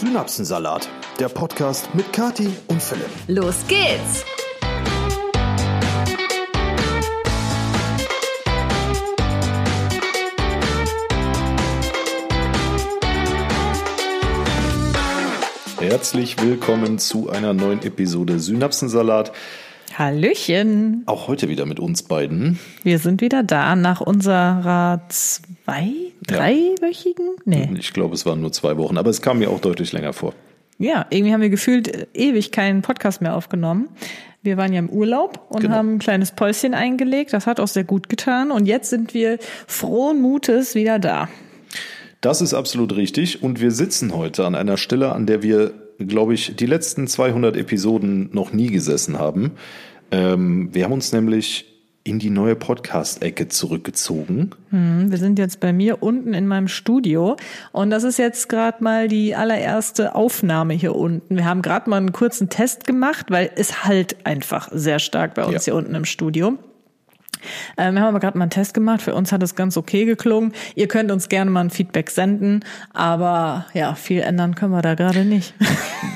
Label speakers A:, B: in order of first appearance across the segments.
A: Synapsensalat, der Podcast mit Kati und Philipp.
B: Los geht's!
A: Herzlich willkommen zu einer neuen Episode Synapsensalat.
B: Hallöchen!
A: Auch heute wieder mit uns beiden.
B: Wir sind wieder da nach unserer zwei,
A: Ja.
B: dreiwöchigen? Nee.
A: Ich glaube, es waren nur zwei Wochen, aber es kam mir auch deutlich länger vor.
B: Ja, irgendwie haben wir gefühlt äh, ewig keinen Podcast mehr aufgenommen. Wir waren ja im Urlaub und
A: Genau.
B: haben ein kleines Päuschen eingelegt. Das hat auch sehr gut getan. Und jetzt sind wir frohen Mutes wieder da.
A: Das ist absolut richtig und wir sitzen heute an einer Stelle, an der wir, glaube ich, die letzten 200 Episoden noch nie gesessen haben. Ähm, wir haben uns nämlich in die neue Podcast-Ecke zurückgezogen.
B: Hm, Wir sind jetzt bei mir unten in meinem Studio und das ist jetzt gerade mal die allererste Aufnahme hier unten. Wir haben gerade mal einen kurzen Test gemacht, weil es halt einfach sehr stark bei uns
A: Ja.
B: hier unten im Studio. Ähm, wir haben aber gerade mal einen Test gemacht. Für uns hat es ganz okay geklungen. Ihr könnt uns gerne mal ein Feedback senden, aber ja, viel ändern können wir da gerade nicht.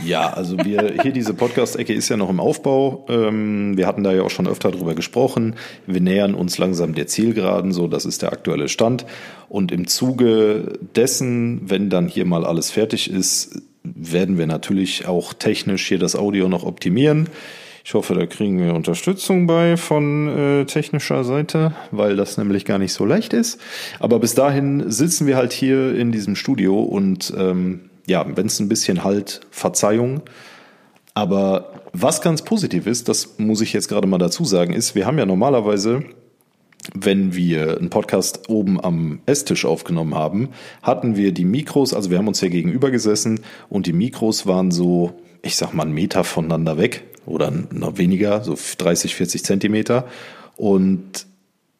A: Ja, also wir hier diese Podcast-Ecke ist ja noch im Aufbau. Ähm, wir hatten da ja auch schon öfter drüber gesprochen. Wir nähern uns langsam der Zielgeraden, so das ist der aktuelle Stand. Und im Zuge dessen, wenn dann hier mal alles fertig ist, werden wir natürlich auch technisch hier das Audio noch optimieren. Ich hoffe, da kriegen wir Unterstützung bei von äh, technischer Seite, weil das nämlich gar nicht so leicht ist. Aber bis dahin sitzen wir halt hier in diesem Studio und ähm, ja, wenn es ein bisschen halt, Verzeihung. Aber was ganz positiv ist, das muss ich jetzt gerade mal dazu sagen, ist, wir haben ja normalerweise, wenn wir einen Podcast oben am Esstisch aufgenommen haben, hatten wir die Mikros, also wir haben uns hier gegenüber gesessen und die Mikros waren so, ich sag mal, einen Meter voneinander weg oder noch weniger, so 30, 40 Zentimeter. Und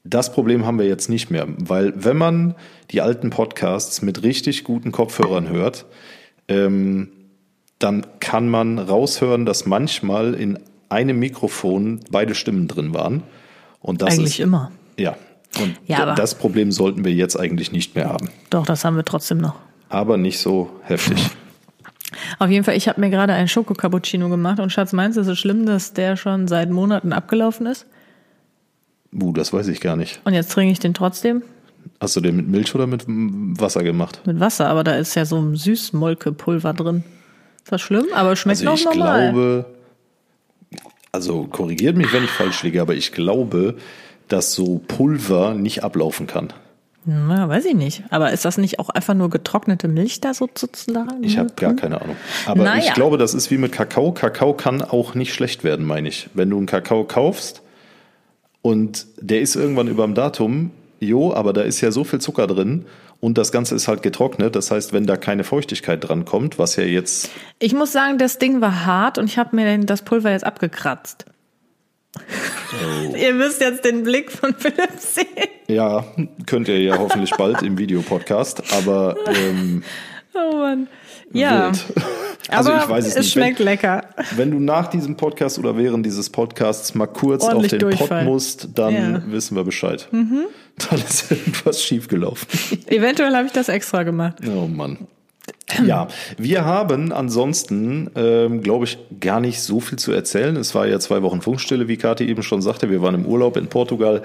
A: das Problem haben wir jetzt nicht mehr, weil wenn man die alten Podcasts mit richtig guten Kopfhörern hört, ähm, dann kann man raushören, dass manchmal in einem Mikrofon beide Stimmen drin waren. Und das
B: Eigentlich
A: ist,
B: immer.
A: Ja. Und
B: Ja,
A: d-
B: aber-
A: das Problem sollten wir jetzt eigentlich nicht mehr haben.
B: Doch, das haben wir trotzdem noch.
A: Aber nicht so heftig.
B: Auf jeden Fall, ich habe mir gerade einen Schoko-Cappuccino gemacht und Schatz, meinst du, ist es schlimm, dass der schon seit Monaten abgelaufen ist?
A: Uh, das weiß ich gar nicht.
B: Und jetzt trinke ich den trotzdem
A: Hast du den mit Milch oder mit mm, Wasser gemacht?
B: mit Wasser, aber da ist ja so ein Süßmolkepulver drin. Ist das schlimm? Aber es schmeckt
A: Also ich
B: auch normal.
A: glaube, also korrigiert mich, wenn ich falsch liege, aber ich glaube, dass so Pulver nicht ablaufen kann.
B: Na, weiß ich nicht. Aber ist das nicht auch einfach nur getrocknete Milch da so sozusagen?
A: Ich habe gar keine Ahnung. Aber
B: Naja.
A: ich glaube, das ist wie mit Kakao. Kakao kann auch nicht schlecht werden, meine ich. Wenn du einen Kakao kaufst und der ist irgendwann über dem Datum, jo, aber da ist ja so viel Zucker drin und das Ganze ist halt getrocknet. Das heißt, wenn da keine Feuchtigkeit dran kommt, was ja jetzt,
B: Ich muss sagen, das Ding war hart und ich habe mir den- das Pulver jetzt abgekratzt.
A: Oh.
B: Ihr müsst jetzt den Blick von Philipp sehen.
A: ja, könnt ihr ja hoffentlich bald im Videopodcast, aber ähm,
B: Oh Mann. Ja.
A: wild. Also
B: aber
A: ich weiß es, nicht. Wenn-
B: schmeckt lecker.
A: Wenn du nach diesem Podcast oder während dieses Podcasts mal kurz
B: Ordentlich
A: auf den Pott
B: durchfallen.
A: musst, dann
B: Ja. Mhm.
A: wissen wir Bescheid. Dann ist irgendwas schiefgelaufen.
B: Eventuell habe ich das extra gemacht.
A: Oh Mann. Ja, wir haben ansonsten, ähm, glaube ich, gar nicht so viel zu erzählen. Es war ja zwei Wochen Funkstille, wie Kathi eben schon sagte. Wir waren im Urlaub in Portugal.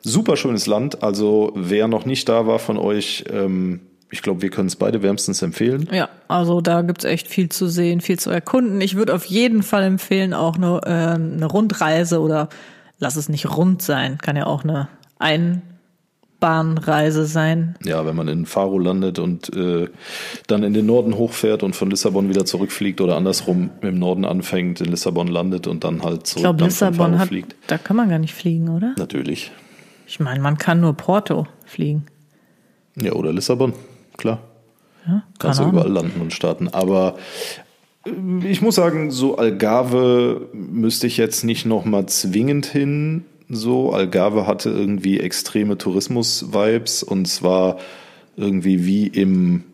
A: Super schönes Land. Also wer noch nicht da war von euch, ähm, ich glaube, wir können es beide wärmstens empfehlen.
B: Ja, also da gibt's echt viel zu sehen, viel zu erkunden. Ich würde auf jeden Fall empfehlen, auch eine, äh, eine Rundreise oder lass es nicht rund sein, kann ja auch eine Einbahnreise sein.
A: Ja, wenn man in Faro landet und äh, dann in den Norden hochfährt und von Lissabon wieder zurückfliegt oder andersrum im Norden anfängt, in Lissabon landet und dann halt zurück
B: Ich glaube,
A: dann von
B: Lissabon
A: Faro
B: hat,
A: fliegt.
B: da kann man gar nicht fliegen, oder?
A: Natürlich.
B: Ich meine, man kann nur Porto fliegen.
A: Ja, oder Lissabon, klar.
B: Ja,
A: Kannst du
B: keine Ahnung.
A: überall landen und starten. Aber äh, ich muss sagen, so Algarve müsste ich jetzt nicht nochmal zwingend hin. So, Algarve hatte irgendwie extreme Tourismus-Vibes und zwar irgendwie wie im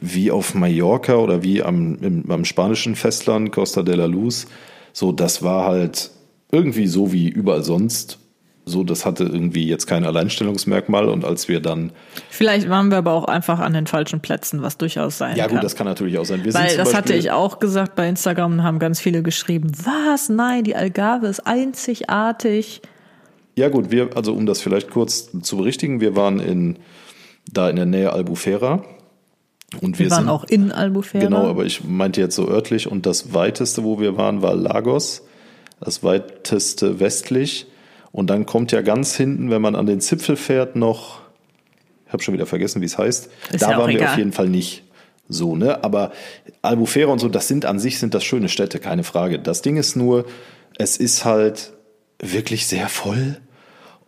A: wie auf Mallorca oder wie am, im, am spanischen Festland, Costa de la Luz. So, das war halt irgendwie so wie überall sonst so, das hatte irgendwie jetzt kein Alleinstellungsmerkmal und als wir dann.
B: Vielleicht waren wir aber auch einfach an den falschen Plätzen, was durchaus sein
A: Ja,
B: kann.
A: gut, das kann natürlich auch sein. Wir
B: Weil
A: zum
B: das hatte
A: Beispiel-
B: ich auch gesagt bei Instagram und haben ganz viele geschrieben, was? Nein, die Algarve ist einzigartig.
A: Ja, gut, wir, also um das vielleicht kurz zu berichtigen, wir waren in, da in der Nähe Albufera. Und wir,
B: Wir, waren
A: sind,
B: auch in Albufera.
A: Genau, aber ich meinte jetzt so örtlich und das weiteste, wo wir waren, war Lagos, das weiteste westlich. Und dann kommt ja ganz hinten, wenn man an den Zipfel fährt, noch, ich habe schon wieder vergessen, wie es heißt.
B: Ist
A: da
B: ja auch
A: waren wir
B: egal.
A: auf jeden Fall nicht. So, ne? Aber Albufera und so, das sind an sich sind das schöne Städte, keine Frage. Das Ding ist nur, es ist halt wirklich sehr voll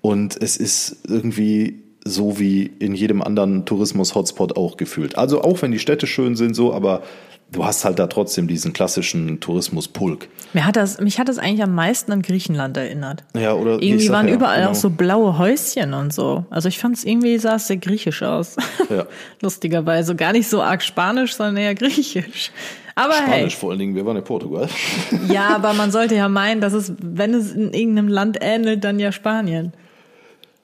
A: und es ist irgendwie so wie in jedem anderen Tourismus-Hotspot auch gefühlt. Also auch wenn die Städte schön sind, so, aber du hast halt da trotzdem diesen klassischen Tourismus-Pulk.
B: Mir hat das, mich hat das eigentlich am meisten an Griechenland erinnert.
A: Ja, oder ich
B: Irgendwie
A: sag
B: waren
A: ja,
B: überall
A: genau.
B: auch so blaue Häuschen und so. Also ich fand es irgendwie sah es sehr griechisch aus.
A: Ja.
B: Lustigerweise gar nicht so arg spanisch, sondern eher griechisch. Aber
A: Spanisch vor allen Dingen, wir waren in Portugal.
B: hey, ja, aber man sollte ja meinen, dass es, wenn es in irgendeinem Land ähnelt, dann ja Spanien.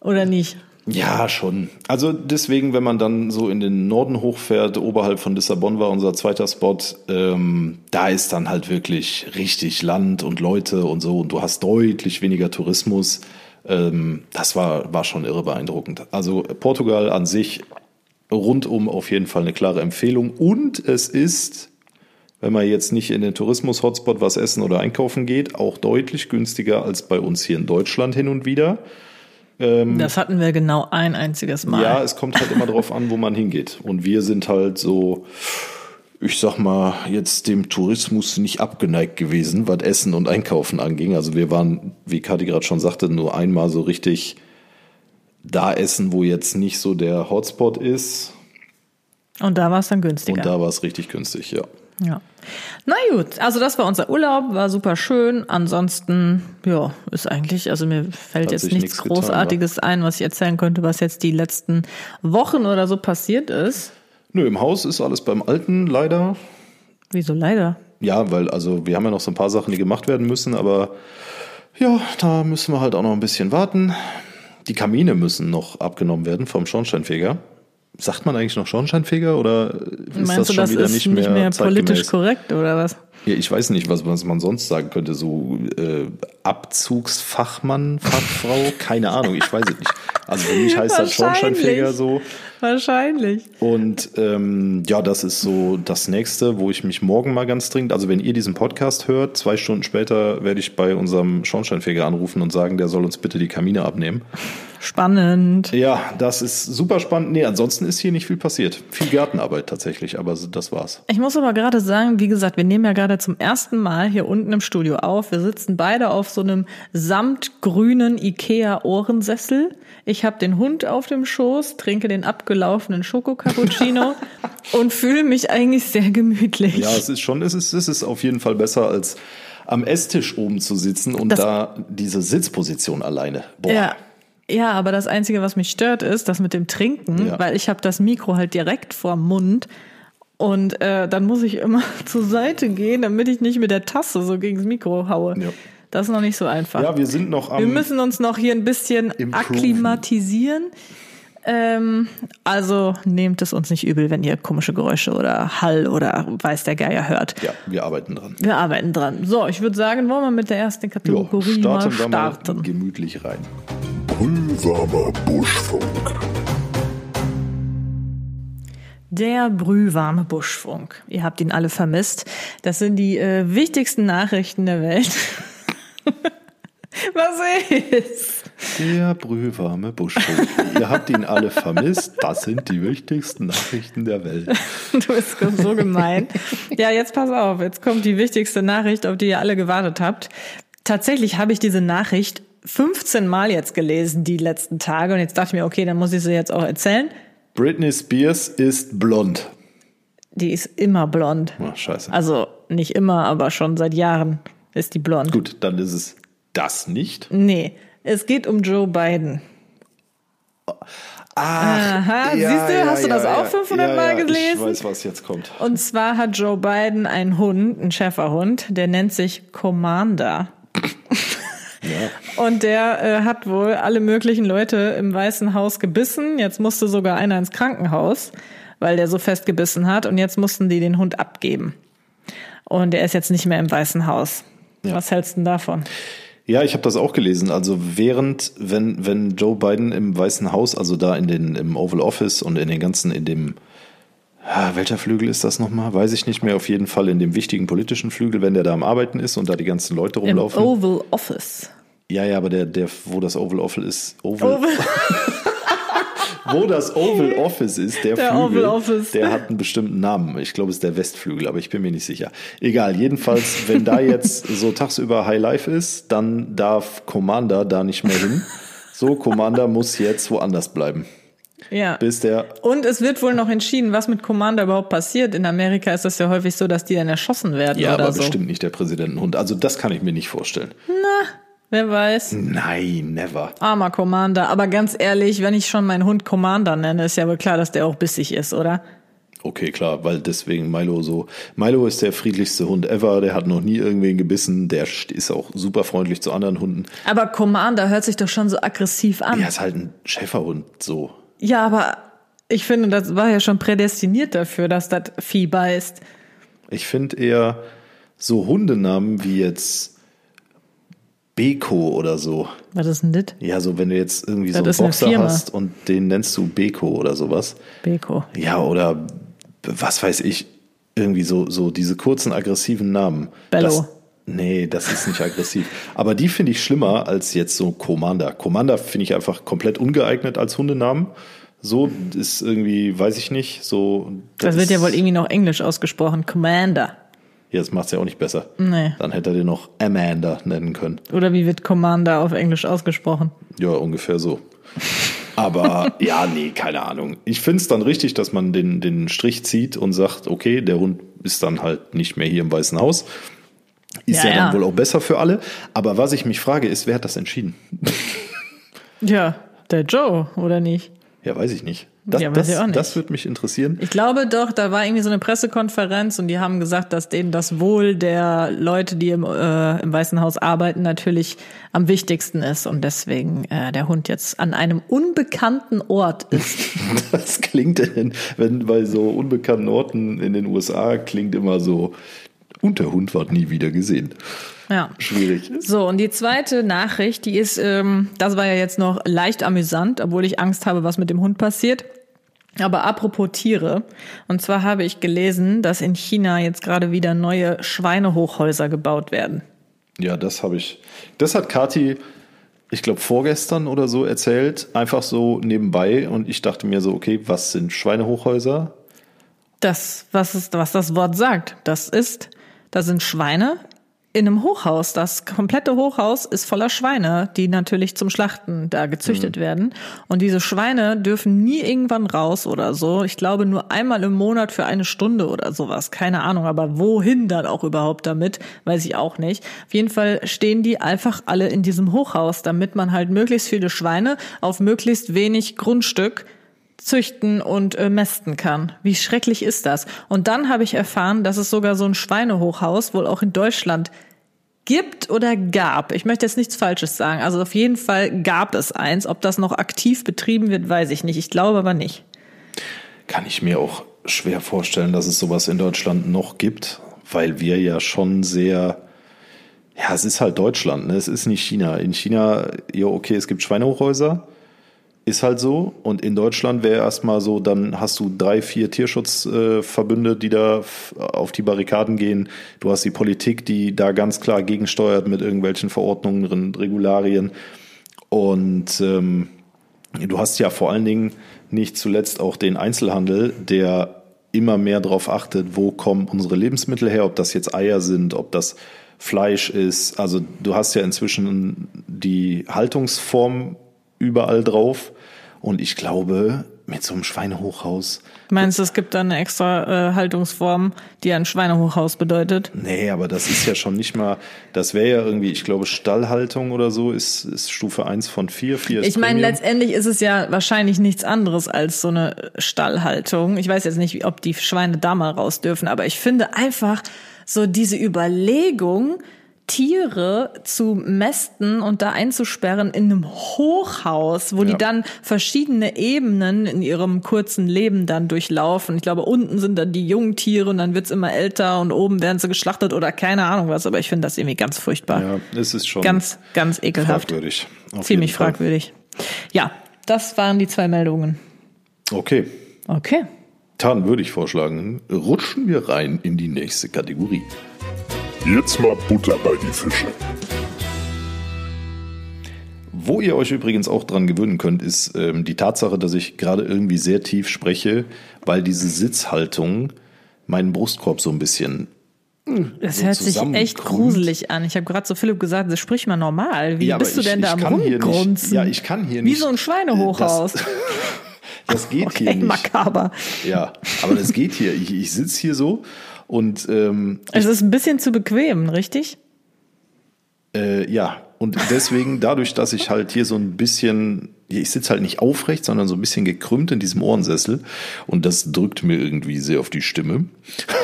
B: Oder nicht?
A: Ja, schon. Also deswegen, wenn man dann so in den Norden hochfährt, oberhalb von Lissabon war unser zweiter Spot, ähm, da ist dann halt wirklich richtig Land und Leute und so und du hast deutlich weniger Tourismus. Ähm, das war, war schon irre beeindruckend. Also Portugal an sich rundum auf jeden Fall eine klare Empfehlung und es ist wenn man jetzt nicht in den Tourismus-Hotspot was essen oder einkaufen geht, auch deutlich günstiger als bei uns hier in Deutschland hin und wieder.
B: Das hatten wir genau ein einziges Mal.
A: Hm. Ja, es kommt halt immer drauf an, wo man hingeht. Und wir sind halt so, ich sag mal, jetzt dem Tourismus nicht abgeneigt gewesen, was Essen und Einkaufen anging. Also wir waren, wie Kathi gerade schon sagte, nur einmal so richtig da essen, wo jetzt nicht so der Hotspot ist.
B: Und da war es dann günstiger.
A: Und da war es richtig günstig, ja.
B: Ja. Na gut, also das war unser Urlaub, war super schön. Ansonsten, ja, ist eigentlich, also mir fällt
A: Hat
B: jetzt
A: sich
B: nichts
A: nichts getan,
B: Großartiges ein, was ich erzählen könnte, was jetzt die letzten Wochen oder so passiert ist.
A: Nö, im Haus ist alles beim Alten, leider.
B: Wieso leider?
A: Ja, weil also wir haben ja noch so ein paar Sachen, die gemacht werden müssen, aber ja, da müssen wir halt auch noch ein bisschen warten. Die Kamine müssen noch abgenommen werden vom Schornsteinfeger. Sagt man eigentlich noch Schornsteinfeger oder ist das
B: Meinst
A: schon
B: du, das
A: wieder
B: ist
A: nicht mehr,
B: politisch
A: zeitgemäß?
B: korrekt oder was?
A: Ja, ich weiß nicht, was, was man sonst sagen könnte. So äh, Abzugsfachmann, Fachfrau, keine Ahnung, ich weiß es nicht. Also für mich heißt das
B: Wahrscheinlich.
A: Schornsteinfeger so.
B: Wahrscheinlich.
A: Und ähm, ja, das ist so das nächste, wo ich mich morgen mal ganz dringend, also wenn ihr diesen Podcast hört, zwei Stunden später werde ich bei unserem Schornsteinfeger anrufen und sagen, der soll uns bitte die Kamine abnehmen.
B: Spannend.
A: Ja, das ist super spannend. Nee, ansonsten ist hier nicht viel passiert. Viel Gartenarbeit tatsächlich, aber so- das war's.
B: Ich muss aber gerade sagen, wie gesagt, wir nehmen ja gerade zum ersten Mal hier unten im Studio auf. Wir sitzen beide auf so einem samtgrünen IKEA-Ohrensessel. Ich habe den Hund auf dem Schoß, trinke den abgelaufenen Schoko-Cappuccino und fühle mich eigentlich sehr gemütlich.
A: Ja, es ist schon, es ist, es ist auf jeden Fall besser als am Esstisch oben zu sitzen und
B: Das-
A: da diese Sitzposition alleine. Boah.
B: ja. Ja, aber das Einzige, was mich stört, ist das mit dem Trinken,
A: Ja.
B: weil ich habe das Mikro halt direkt vorm Mund und äh, dann muss ich immer zur Seite gehen, damit ich nicht mit der Tasse so gegens Mikro haue.
A: Ja.
B: Das ist noch nicht so einfach.
A: Ja, wir sind noch am.
B: Wir müssen uns noch hier ein bisschen
A: Improven.
B: akklimatisieren. Ähm, also nehmt es uns nicht übel, wenn ihr komische Geräusche oder Hall oder weiß der Geier hört.
A: ja, wir arbeiten dran.
B: Wir arbeiten dran. So, ich würde sagen, wollen wir mit der ersten
A: Ja,
B: Kategorie mal
A: wir
B: starten.
A: gemütlich rein.
C: Brühwarmer Buschfunk.
B: Der brühwarme Buschfunk. Ihr habt ihn alle vermisst. Das sind die äh, wichtigsten Nachrichten der Welt. Was ist?
A: Der brühwarme Buschfunk. Ihr habt ihn alle vermisst. Das sind die wichtigsten Nachrichten der Welt.
B: Du bist so gemein. Ja, jetzt pass auf. Jetzt kommt die wichtigste Nachricht, auf die ihr alle gewartet habt. Tatsächlich habe ich diese Nachricht 15 Mal jetzt gelesen die letzten Tage und jetzt dachte ich mir, okay, dann muss ich sie jetzt auch erzählen.
A: Britney Spears ist blond.
B: Die ist immer blond.
A: Ach, Ah, scheiße.
B: Also nicht immer, aber schon seit Jahren ist die blond.
A: Gut, dann ist es das nicht.
B: Nee, es geht um Joe Biden. Aha, siehst du, hast du das auch 500 Mal
A: Ich
B: gelesen?
A: weiß, was jetzt kommt.
B: Und zwar hat Joe Biden einen Hund, einen Schäferhund, der nennt sich Commander.
A: Ja.
B: Und der äh, hat wohl alle möglichen Leute im Weißen Haus gebissen. Jetzt musste sogar einer ins Krankenhaus, weil der so fest gebissen hat. Und jetzt mussten die den Hund abgeben. Und er ist jetzt nicht mehr im Weißen Haus.
A: Ja.
B: Was hältst du denn davon?
A: Ja, ich habe das auch gelesen. Also während, wenn, wenn Joe Biden im Weißen Haus, also da in den, im Oval Office und in den ganzen, in dem, ah, welcher Flügel ist das nochmal? Weiß ich nicht mehr. Auf jeden Fall in dem wichtigen politischen Flügel, wenn der da am Arbeiten ist und da die ganzen Leute
B: Im
A: rumlaufen.
B: Oval Office.
A: Ja, ja, aber der, der, wo das Oval Office ist, Oval. wo das Oval Office ist, der,
B: Der
A: Flügel,
B: Oval Office.
A: der hat einen bestimmten Namen. Ich glaube, es ist der Westflügel, aber ich bin mir nicht sicher. Egal, jedenfalls, wenn da jetzt so tagsüber High Life ist, dann darf Commander da nicht mehr hin. So, Commander muss jetzt woanders bleiben.
B: Ja.
A: Bis der,
B: Und es wird wohl noch entschieden, was mit Commander überhaupt passiert. In Amerika ist das ja häufig so, dass die dann erschossen werden
A: ja,
B: oder
A: aber
B: so.
A: bestimmt nicht der Präsidentenhund. Also, das kann ich mir nicht vorstellen.
B: Wer weiß.
A: Nein, never.
B: Armer Commander. Aber ganz ehrlich, wenn ich schon meinen Hund Commander nenne, ist ja wohl klar, dass der auch bissig ist, oder?
A: Okay, klar, weil deswegen Milo so. Milo ist der friedlichste Hund ever, der hat noch nie irgendwen gebissen, der st- ist auch super freundlich zu anderen Hunden.
B: Aber Commander hört sich doch schon so aggressiv an.
A: Er
B: Ja,
A: ist halt ein Schäferhund, so.
B: aber ich finde, das war ja schon prädestiniert dafür, dass das Vieh beißt.
A: Ich finde eher so Hundenamen wie jetzt Beko oder so.
B: Was ist denn das?
A: Ja, so wenn du jetzt irgendwie so
B: Das
A: einen
B: ist
A: Boxer
B: eine Firma.
A: hast und den nennst du Beko oder sowas.
B: Beko.
A: Ja, oder was weiß ich, irgendwie so, so diese kurzen aggressiven Namen.
B: Bello.
A: Das, nee, das ist nicht aggressiv. Aber die finde ich schlimmer als jetzt so Commander. Commander finde ich einfach komplett ungeeignet als Hundenamen. So ist irgendwie, weiß ich nicht, so.
B: Das wird ja
A: ist-
B: wohl irgendwie noch Englisch ausgesprochen. Commander.
A: Ja, das macht's ja auch nicht besser.
B: Nee.
A: Dann hätte er den noch Amanda nennen können.
B: Oder wie wird Commander auf Englisch ausgesprochen?
A: Ja, ungefähr so. Aber ja, nee, keine Ahnung. Ich finde es dann richtig, dass man den, den Strich zieht und sagt, okay, der Hund ist dann halt nicht mehr hier im Weißen Haus. Ist ja,
B: Ja,
A: dann
B: ja.
A: wohl auch besser für alle. Aber was ich mich frage, ist, wer hat das entschieden?
B: Ja, der Joe, oder nicht?
A: Ja, weiß ich nicht. Das,
B: Ja, weiß
A: das,
B: ich auch nicht.
A: das würde mich interessieren.
B: Ich glaube doch, da war irgendwie so eine Pressekonferenz und die haben gesagt, dass denen das Wohl der Leute, die im, äh, im Weißen Haus arbeiten, natürlich am wichtigsten ist und deswegen äh, der Hund jetzt an einem unbekannten Ort ist.
A: Was klingt denn, wenn bei so unbekannten Orten in den USA klingt immer so, und der Hund wird nie wieder gesehen.
B: Ja.
A: Schwierig.
B: So, und die zweite Nachricht, die ist, ähm, das war ja jetzt noch leicht amüsant, obwohl ich Angst habe, was mit dem Hund passiert. Aber apropos Tiere, und zwar habe ich gelesen, dass in China jetzt gerade wieder neue Schweinehochhäuser gebaut werden.
A: Ja, das habe ich. Das hat Kati, ich glaube, vorgestern oder so erzählt, einfach so nebenbei. Und ich dachte mir so, okay, was sind Schweinehochhäuser?
B: Das, was, ist, was das Wort sagt, das ist, da sind Schweine in einem Hochhaus. Das komplette Hochhaus ist voller Schweine, die natürlich zum Schlachten da gezüchtet werden. Und diese Schweine dürfen nie irgendwann raus oder so. Ich glaube nur einmal im Monat für eine Stunde oder sowas. Keine Ahnung, aber wohin dann auch überhaupt damit, weiß ich auch nicht. Auf jeden Fall stehen die einfach alle in diesem Hochhaus, damit man halt möglichst viele Schweine auf möglichst wenig Grundstück züchten und äh, mästen kann. Wie schrecklich ist das? Und dann habe ich erfahren, dass es sogar so ein Schweinehochhaus wohl auch in Deutschland gibt oder gab. Ich möchte jetzt nichts Falsches sagen. Also auf jeden Fall gab es eins. Ob das noch aktiv betrieben wird, weiß ich nicht. Ich glaube aber nicht.
A: Kann ich mir auch schwer vorstellen, dass es sowas in Deutschland noch gibt, weil wir ja schon sehr. Ja, es ist halt Deutschland, ne? es ist nicht China. In China, ja, okay, es gibt Schweinehochhäuser, ist halt so. Und in Deutschland wäre erstmal so, dann hast du drei, vier Tierschutzverbünde, äh, Verbünde, die da f- auf die Barrikaden gehen. Du hast die Politik, die da ganz klar gegensteuert mit irgendwelchen Verordnungen, Ren- Regularien. Und ähm, du hast ja vor allen Dingen nicht zuletzt auch den Einzelhandel, der immer mehr darauf achtet, wo kommen unsere Lebensmittel her, ob das jetzt Eier sind, ob das Fleisch ist. Also du hast ja inzwischen die Haltungsform überall drauf. Und ich glaube, mit so einem Schweinehochhaus,
B: Meinst du, es gibt da eine extra äh, Haltungsform, die ein Schweinehochhaus bedeutet?
A: nee, aber das ist ja schon nicht mal, das wäre ja irgendwie, ich glaube, Stallhaltung oder so ist, ist Stufe 1 von 4, 4 ist
B: Ich meine,
A: Premium.
B: letztendlich ist es ja wahrscheinlich nichts anderes als so eine Stallhaltung. Ich weiß jetzt nicht, ob die Schweine da mal raus dürfen, aber ich finde einfach so diese Überlegung, Tiere zu mästen und da einzusperren in einem Hochhaus, wo
A: Ja.
B: die dann verschiedene Ebenen in ihrem kurzen Leben dann durchlaufen. Ich glaube, unten sind dann die jungen Tiere und dann wird's immer älter und oben werden sie geschlachtet oder keine Ahnung was. Aber ich finde das irgendwie ganz furchtbar.
A: Ja, es ist schon
B: Ganz, ganz ekelhaft.
A: fragwürdig. Auf
B: Ziemlich
A: jeden Fall.
B: fragwürdig. Ja, das waren die zwei Meldungen.
A: Okay,
B: Okay.
A: dann würde ich vorschlagen, rutschen wir rein in die nächste Kategorie.
C: Jetzt mal Butter bei die Fische.
A: Wo ihr euch übrigens auch dran gewöhnen könnt, ist ähm, die Tatsache, dass ich gerade irgendwie sehr tief spreche, weil diese Sitzhaltung meinen Brustkorb so ein bisschen.
B: Hm, Das
A: so
B: hört sich echt
A: zusammenkrümmt.
B: gruselig an. Ich habe gerade zu Philipp gesagt, das sprich mal normal. Wie bist du
A: ich-
B: denn da
A: ich
B: am
A: kann hier nicht-
B: Rumgrunzen?
A: Ja, ich kann hier
B: Wie
A: nicht.
B: so ein Schweinehochhaus.
A: äh, Das, das geht hier
B: okay,
A: nicht.
B: makaber.
A: Ja, aber das geht hier. Ich, ich sitze hier so und ähm,
B: Es ist ein bisschen zu bequem, richtig?
A: Äh, ja, und deswegen, dadurch, dass ich halt hier so ein bisschen, ich sitze halt nicht aufrecht, sondern so ein bisschen gekrümmt in diesem Ohrensessel und das drückt mir irgendwie sehr auf die Stimme.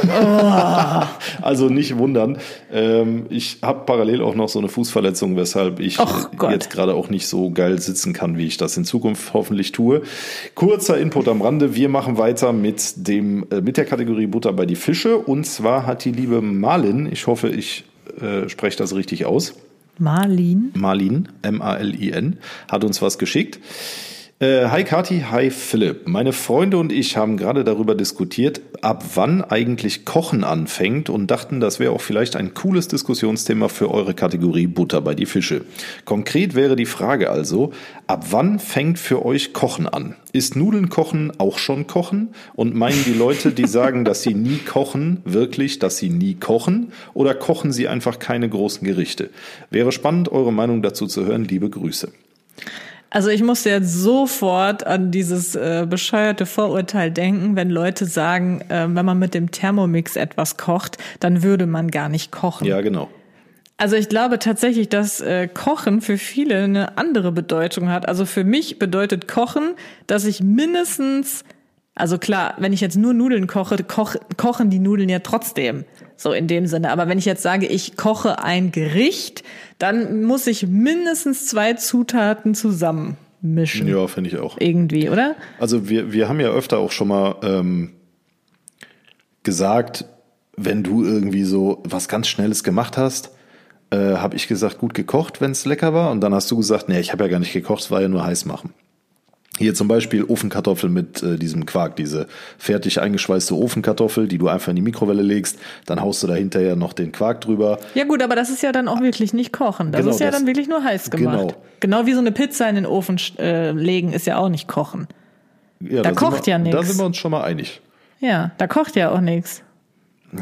B: Oh.
A: also nicht wundern. Ähm, ich habe parallel auch noch so eine Fußverletzung, weshalb ich
B: Och Gott.
A: jetzt gerade auch nicht so geil sitzen kann, wie ich das in Zukunft hoffentlich tue. Kurzer Input am Rande. Wir machen weiter mit dem äh, mit der Kategorie Butter bei die Fische. Und zwar hat die liebe Malin, ich hoffe, ich äh, spreche das richtig aus.
B: Marlin.
A: Marlin, M-A-L-I-N, hat uns was geschickt. Äh, hi Kati, hi Philipp. Meine Freunde und ich haben gerade darüber diskutiert, ab wann eigentlich Kochen anfängt und dachten, das wäre auch vielleicht ein cooles Diskussionsthema für eure Kategorie Butter bei die Fische. Konkret wäre die Frage also, ab wann fängt für euch Kochen an? Ist Nudeln kochen auch schon Kochen? Und meinen die Leute, die sagen, dass sie nie kochen, wirklich, dass sie nie kochen? Oder kochen sie einfach keine großen Gerichte? Wäre spannend, eure Meinung dazu zu hören. Liebe Grüße.
B: Also ich musste jetzt sofort an dieses äh, bescheuerte Vorurteil denken, wenn Leute sagen, äh, wenn man mit dem Thermomix etwas kocht, dann würde man gar nicht kochen.
A: Ja, genau.
B: Also ich glaube tatsächlich, dass äh, Kochen für viele eine andere Bedeutung hat. Also für mich bedeutet Kochen, dass ich mindestens, also klar, wenn ich jetzt nur Nudeln koche, koch, kochen die Nudeln ja trotzdem. So in dem Sinne. Aber wenn ich jetzt sage, ich koche ein Gericht, dann muss ich mindestens zwei Zutaten zusammenmischen.
A: Ja, finde ich auch.
B: Irgendwie, oder?
A: Also wir, wir haben ja öfter auch schon mal ähm, gesagt, wenn du irgendwie so was ganz Schnelles gemacht hast, äh, habe ich gesagt, gut gekocht, wenn es lecker war. Und dann hast du gesagt, nee, ich habe ja gar nicht gekocht, es war ja nur heiß machen. Hier zum Beispiel Ofenkartoffeln mit äh, diesem Quark, diese fertig eingeschweißte Ofenkartoffel, die du einfach in die Mikrowelle legst, dann haust du da hinterher noch den Quark drüber.
B: Ja gut, aber das ist ja dann auch wirklich nicht kochen. Das
A: Genau,
B: ist ja
A: das-
B: dann wirklich nur heiß gemacht.
A: Genau.
B: Genau. genau wie so eine Pizza in den Ofen äh, legen ist ja auch nicht kochen.
A: Ja,
B: Da
A: sind
B: kocht
A: wir,
B: ja
A: Da
B: nix.
A: sind wir uns schon mal einig.
B: Ja, da kocht ja auch nichts.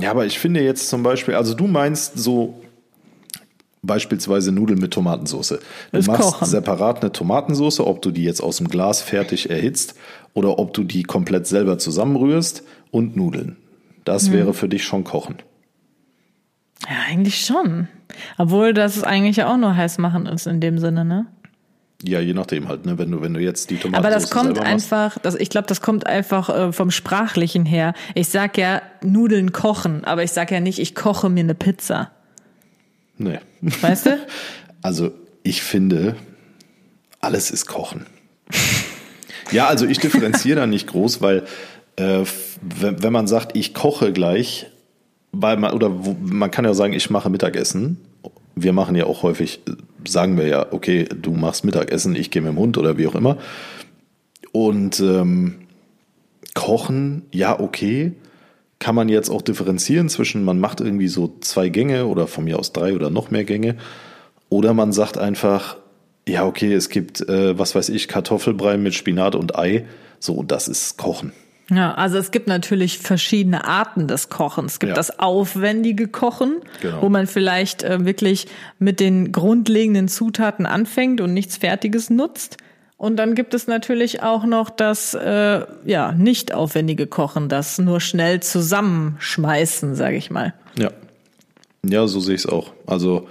A: Ja, aber ich finde jetzt zum Beispiel, also du meinst so beispielsweise Nudeln mit Tomatensauce. Du
B: Ist
A: machst
B: Kochen.
A: separat eine Tomatensauce, ob du die jetzt aus dem Glas fertig erhitzt oder ob du die komplett selber zusammenrührst und Nudeln.
B: Mhm.
A: Das wäre für dich schon Kochen.
B: Ja, eigentlich schon. Obwohl das eigentlich ja auch nur heiß machen ist in dem Sinne, ne?
A: Ja, je nachdem halt, ne? wenn, du, wenn du jetzt die Tomatensauce
B: Aber das kommt
A: selber machst.
B: einfach, das, ich glaube, das kommt einfach äh, vom Sprachlichen her. Ich sag ja Nudeln kochen, aber ich sag ja nicht, ich koche mir eine Pizza.
A: Nee.
B: Weißt du?
A: Also ich finde, alles ist Kochen. ja, also ich differenziere da nicht groß, weil äh, f- wenn wenn man sagt, ich koche gleich, weil man, oder wo, man kann ja sagen, ich mache Mittagessen. Wir machen ja auch häufig, äh, sagen wir ja, okay, du machst Mittagessen, ich gehe mit dem Hund oder wie auch immer. Und ähm, kochen, ja, okay, kann man jetzt auch differenzieren zwischen, man macht irgendwie so zwei Gänge oder von mir aus drei oder noch mehr Gänge. Oder man sagt einfach, ja, okay, es gibt, äh, was weiß ich, Kartoffelbrei mit Spinat und Ei. So, und das ist Kochen.
B: Ja, also es gibt natürlich verschiedene Arten des Kochens. Es gibt
A: Ja.
B: das aufwendige Kochen,
A: Genau.
B: wo man vielleicht äh, wirklich mit den grundlegenden Zutaten anfängt und nichts Fertiges nutzt. Und dann gibt es natürlich auch noch das äh, ja nicht aufwendige Kochen, das nur schnell zusammenschmeißen, sage ich mal.
A: Ja. Ja, so sehe ich es auch. Also,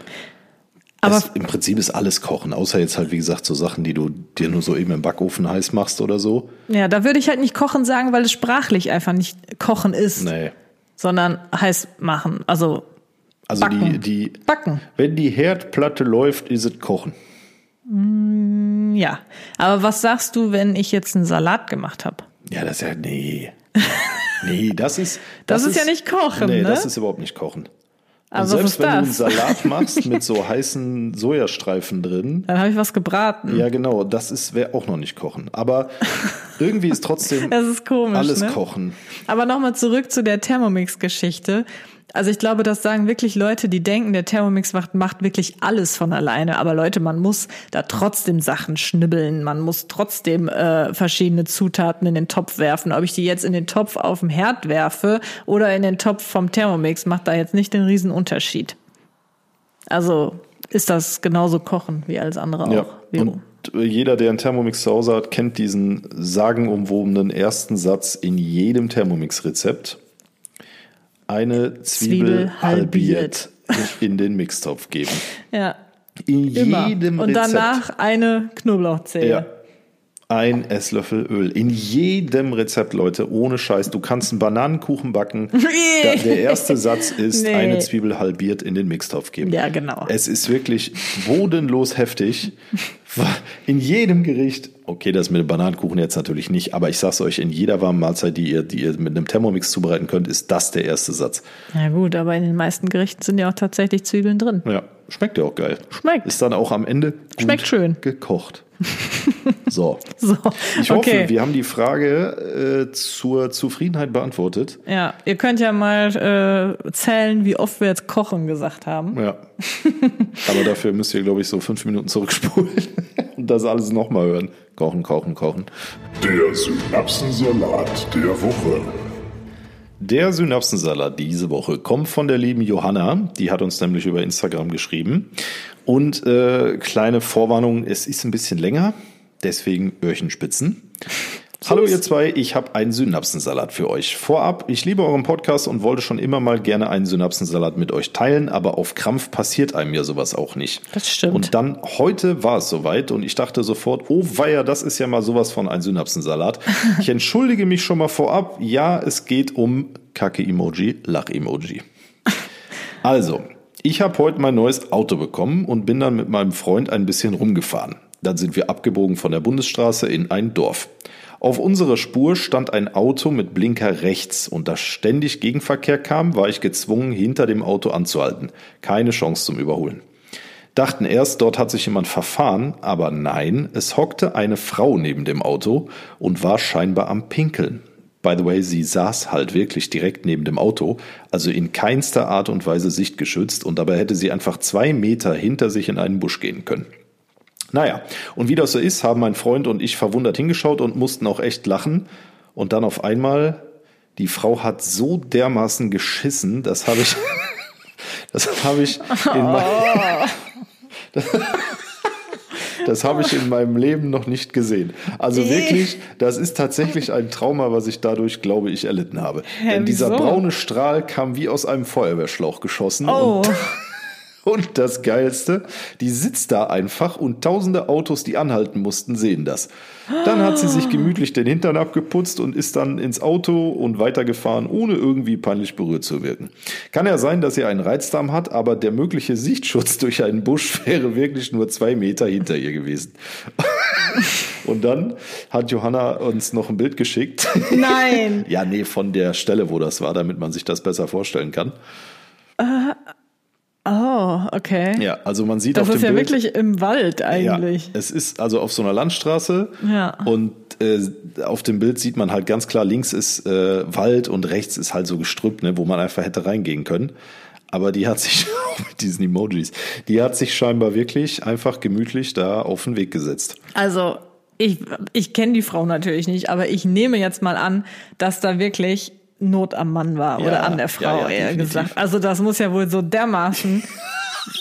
B: Aber-
A: es, im Prinzip ist alles Kochen, außer jetzt halt, wie gesagt, so Sachen, die du dir nur so eben im Backofen heiß machst oder so.
B: Ja, da würde ich halt nicht kochen sagen, weil es sprachlich einfach nicht kochen ist,
A: Nee.
B: sondern heiß machen. Also
A: Also die,
B: Backen.
A: die,
B: Backen.
A: wenn die Herdplatte läuft, ist es Kochen.
B: Ja. Aber was sagst du, wenn ich jetzt einen Salat gemacht habe?
A: Ja, das ist ja, nee. Nee, das ist.
B: Das ist ja nicht Kochen,
A: Nee,
B: ne?
A: das ist überhaupt nicht Kochen.
B: Aber
A: Und selbst
B: was ist
A: wenn du einen
B: das?
A: Salat machst mit so heißen Sojastreifen drin,
B: Dann habe ich was gebraten.
A: ja genau, das ist wäre auch noch nicht Kochen. Aber irgendwie ist trotzdem
B: Das ist komisch.
A: alles
B: ne?
A: Kochen.
B: Aber nochmal zurück zu der Thermomix-Geschichte. Also ich glaube, das sagen wirklich Leute, die denken, der Thermomix macht, macht wirklich alles von alleine. Aber Leute, man muss da trotzdem Sachen schnibbeln. Man muss trotzdem äh, verschiedene Zutaten in den Topf werfen. Ob ich die jetzt in den Topf auf dem Herd werfe oder in den Topf vom Thermomix, macht da jetzt nicht den riesen Unterschied. Also ist das genauso kochen wie alles andere auch.
A: Ja.
B: Wie-
A: Und äh, jeder, der einen Thermomix zu Hause hat, kennt diesen sagenumwobenen ersten Satz in jedem Thermomix-Rezept. Eine Zwiebel,
B: Zwiebel
A: halbiert
B: halbiert.
A: in den Mixtopf geben.
B: ja,
A: In
B: immer.
A: jedem
B: Und
A: Rezept.
B: danach eine Knoblauchzehe.
A: Ja. Ein Esslöffel Öl. In jedem Rezept, Leute, ohne Scheiß. Du kannst einen Bananenkuchen backen. Da, der erste Satz ist,
B: Nee.
A: eine Zwiebel halbiert in den Mixtopf geben.
B: Ja, genau.
A: Es ist wirklich bodenlos heftig. In jedem Gericht, okay, das mit dem Bananenkuchen jetzt natürlich nicht, aber ich sag's euch, in jeder warmen Mahlzeit, die ihr, die ihr mit einem Thermomix zubereiten könnt, ist das der erste Satz.
B: Na gut, aber in den meisten Gerichten sind ja auch tatsächlich Zwiebeln drin.
A: Ja, schmeckt ja auch geil.
B: Schmeckt.
A: Ist dann auch am Ende gut
B: Schmeckt schön.
A: gekocht. So.
B: So,
A: Ich hoffe,
B: okay.
A: wir haben die Frage äh, zur Zufriedenheit beantwortet.
B: ja, ihr könnt ja mal äh, zählen, wie oft wir jetzt kochen gesagt haben.
A: Ja. Aber dafür müsst ihr, glaube ich, so fünf Minuten zurückspulen und das alles nochmal hören. Kochen, kochen, kochen.
C: Der Synapsensalat der Woche.
A: Der Synapsensalat diese Woche kommt von der lieben Johanna. Die hat uns nämlich über Instagram geschrieben. Und äh, kleine Vorwarnung, es ist ein bisschen länger, deswegen Öhrchenspitzen. Hallo ihr zwei, ich habe einen Synapsensalat für euch. Vorab, ich liebe euren Podcast und wollte schon immer mal gerne einen Synapsensalat mit euch teilen, aber auf Krampf passiert einem ja sowas auch nicht.
B: Das stimmt.
A: Und dann heute war es soweit und ich dachte sofort, oh weia, das ist ja mal sowas von ein Synapsensalat. Ich entschuldige mich schon mal vorab. Ja, es geht um Kacke-Emoji, Lach-Emoji. Also, ich habe heute mein neues Auto bekommen und bin dann mit meinem Freund ein bisschen rumgefahren. Dann sind wir abgebogen von der Bundesstraße in ein Dorf. Auf unserer Spur stand ein Auto mit Blinker rechts und da ständig Gegenverkehr kam, war ich gezwungen, hinter dem Auto anzuhalten. Keine Chance zum Überholen. Dachten erst, dort hat sich jemand verfahren, aber nein, es hockte eine Frau neben dem Auto und war scheinbar am Pinkeln. By the way, sie saß halt wirklich direkt neben dem Auto, also in keinster Art und Weise sichtgeschützt und dabei hätte sie einfach zwei Meter hinter sich in einen Busch gehen können. Naja, und wie das so ist, haben mein Freund und ich verwundert hingeschaut und mussten auch echt lachen. Und dann auf einmal, die Frau hat so dermaßen geschissen, das habe ich, das habe ich in meinem, das habe ich in meinem Leben noch nicht gesehen. Also wirklich, das ist tatsächlich ein Trauma, was ich dadurch, glaube ich, erlitten habe. Denn dieser
B: wieso?
A: braune Strahl kam wie aus einem Feuerwehrschlauch geschossen und
B: Oh,
A: und das Geilste, die sitzt da einfach und tausende Autos, die anhalten mussten, sehen das. Dann hat sie sich gemütlich den Hintern abgeputzt und ist dann ins Auto und weitergefahren, ohne irgendwie peinlich berührt zu wirken. Kann ja sein, dass sie einen Reizdarm hat, aber der mögliche Sichtschutz durch einen Busch wäre wirklich nur zwei Meter hinter ihr gewesen. Und dann hat Johanna uns noch ein Bild geschickt.
B: nein.
A: Ja, nee, von der Stelle, wo das war, damit man sich das besser vorstellen kann.
B: Oh, okay.
A: Ja, also man sieht
B: das
A: auf
B: ist
A: dem
B: ja
A: Bild.
B: wirklich im Wald eigentlich.
A: Ja, es ist also auf so einer Landstraße
B: Ja.
A: und äh, auf dem Bild sieht man halt ganz klar, links ist äh, Wald und rechts ist halt so gestrüpp, ne, wo man einfach hätte reingehen können. Aber die hat sich mit diesen Emojis, die hat sich scheinbar wirklich einfach gemütlich da auf den Weg gesetzt.
B: Also ich, ich kenne die Frau natürlich nicht, aber ich nehme jetzt mal an, dass da wirklich Not am Mann war
A: Ja,
B: oder an
A: ja,
B: der Frau
A: ja,
B: eher
A: definitiv.
B: gesagt. Also das muss ja wohl so dermaßen,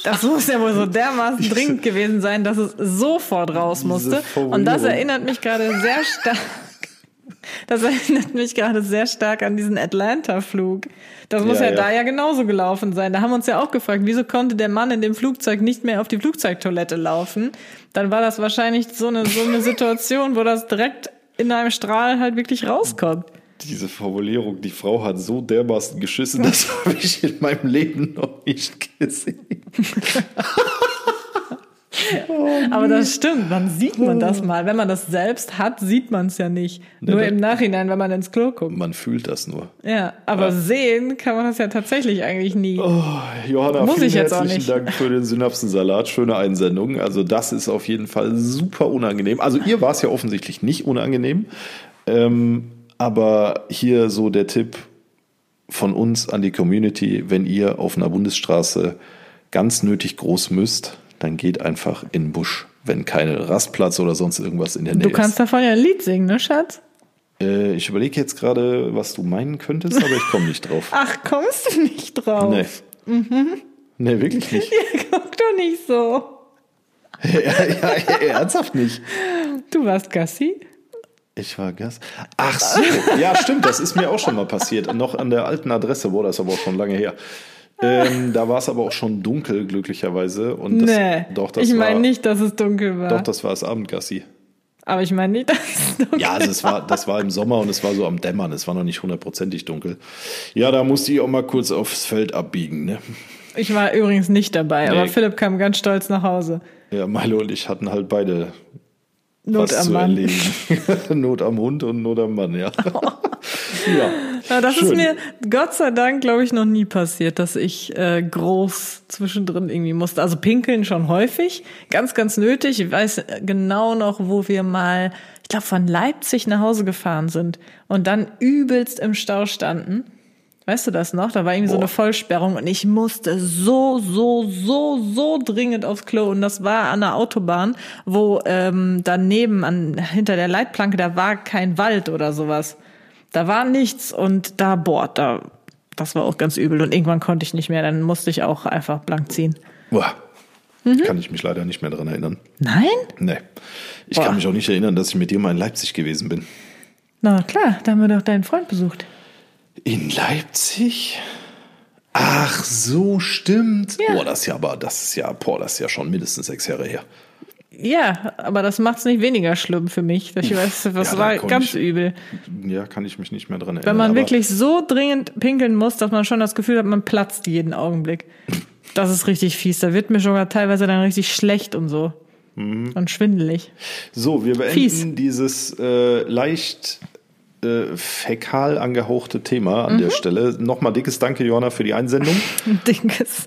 B: das muss ja wohl so dermaßen dringend gewesen sein, dass es sofort raus musste. Und das
A: Formulierung.
B: erinnert mich gerade sehr stark. Das erinnert mich gerade sehr stark an diesen Atlanta-Flug. Das muss
A: Ja,
B: ja,
A: ja.
B: da ja genauso gelaufen sein. Da haben wir uns ja auch gefragt, wieso konnte der Mann in dem Flugzeug nicht mehr auf die Flugzeugtoilette laufen? Dann war das wahrscheinlich so eine, so eine Situation, wo das direkt in einem Strahl halt wirklich rauskommt.
A: Diese Formulierung, die Frau hat so dermaßen geschissen, das habe ich in meinem Leben noch nicht gesehen.
B: Aber das stimmt, wann sieht man das mal? Wenn man das selbst hat, sieht man es ja nicht.
A: Nee,
B: Nur
A: das-
B: im Nachhinein, wenn man ins Klo guckt.
A: Man fühlt das nur.
B: Ja, aber sehen kann man das ja tatsächlich eigentlich nie.
A: Oh, Johanna,
B: Muss
A: vielen
B: ich jetzt auch
A: herzlichen
B: nicht.
A: Dank für den Synapsensalat. Schöne Einsendung. Also das ist auf jeden Fall super unangenehm. Also ihr war es ja offensichtlich nicht unangenehm. Ähm, aber hier so der Tipp von uns an die Community, wenn ihr auf einer Bundesstraße ganz nötig groß müsst, dann geht einfach in den Busch, wenn keine Rastplatz oder sonst irgendwas in der Nähe
B: Du kannst davon ja ein Lied singen, ne, Schatz?
A: ist. Äh, ich überlege jetzt gerade, was du meinen könntest, aber ich komme nicht drauf.
B: Ach, kommst du nicht drauf?
A: Nee.
B: Mhm.
A: Nee, wirklich nicht.
B: Guck doch nicht so.
A: ja, ja, ernsthaft nicht.
B: Du warst Gassi?
A: Ich war Gast. Ach so, ja, stimmt, das ist mir auch schon mal passiert. Noch an der alten Adresse, boah, das ist aber auch schon lange her. Ähm, da war es aber auch schon dunkel, glücklicherweise. Und das,
B: nee.
A: doch, das
B: ich meine
A: war,
B: nicht, ne? dass es dunkel war.
A: Doch, das war das Abendgassi.
B: aber ich meine nicht, dass es dunkel
A: Ja, also es war, das war im Sommer und es war so am Dämmern. Es war noch nicht hundertprozentig dunkel. Ja, da musste ich auch mal kurz aufs Feld abbiegen. Ne?
B: Ich war übrigens nicht dabei, aber
A: Nee.
B: Philipp kam ganz stolz nach Hause.
A: Ja, Milo und ich hatten halt beide
B: Not
A: was
B: am
A: zu
B: Mann.
A: erledigen. Not am Hund und Not am Mann, ja. ja.
B: Ja, das ist
A: Schön.
B: mir Gott sei Dank, glaube ich, noch nie passiert, dass ich äh, groß zwischendrin irgendwie musste. Also pinkeln schon häufig, ganz, ganz nötig. Ich weiß genau noch, wo wir mal, ich glaube, von Leipzig nach Hause gefahren sind und dann übelst im Stau standen. Weißt du das noch? Da war irgendwie so eine
A: Boah.
B: Vollsperrung und ich musste so, so, so, so dringend aufs Klo. Und das war an der Autobahn, wo ähm, daneben, an, hinter der Leitplanke, da war kein Wald oder sowas. Da war nichts und da, boah, da, das war auch ganz übel. Und irgendwann konnte ich nicht mehr, dann musste ich auch einfach blank ziehen.
A: Boah.
B: Mhm.
A: Kann ich mich leider nicht mehr dran erinnern.
B: Nein?
A: Nee. Ich
B: Boah.
A: kann mich auch nicht erinnern, dass ich mit dir mal in Leipzig gewesen bin.
B: Na klar, da haben wir doch deinen Freund besucht.
A: In Leipzig? Ach, so stimmt.
B: Ja.
A: Boah, das ist ja aber, das ist ja, boah, das ist ja schon mindestens sechs Jahre her.
B: Ja, aber das macht's nicht weniger schlimm für mich. Ich weiß,
A: Ja,
B: das
A: da
B: war
A: konnte
B: ganz
A: ich-
B: übel.
A: Ja, kann ich mich nicht mehr dran erinnern.
B: Wenn man
A: aber
B: wirklich so dringend pinkeln muss, dass man schon das Gefühl hat, man platzt jeden Augenblick. Das ist richtig fies. Da wird mir sogar teilweise dann richtig schlecht und so.
A: Mhm.
B: Und schwindelig.
A: So, wir beenden
B: Fies.
A: dieses äh, leicht äh, fäkal angehauchte Thema an der
B: Mhm.
A: Stelle. Nochmal dickes Danke, Johanna, für die Einsendung.
B: Ein dickes.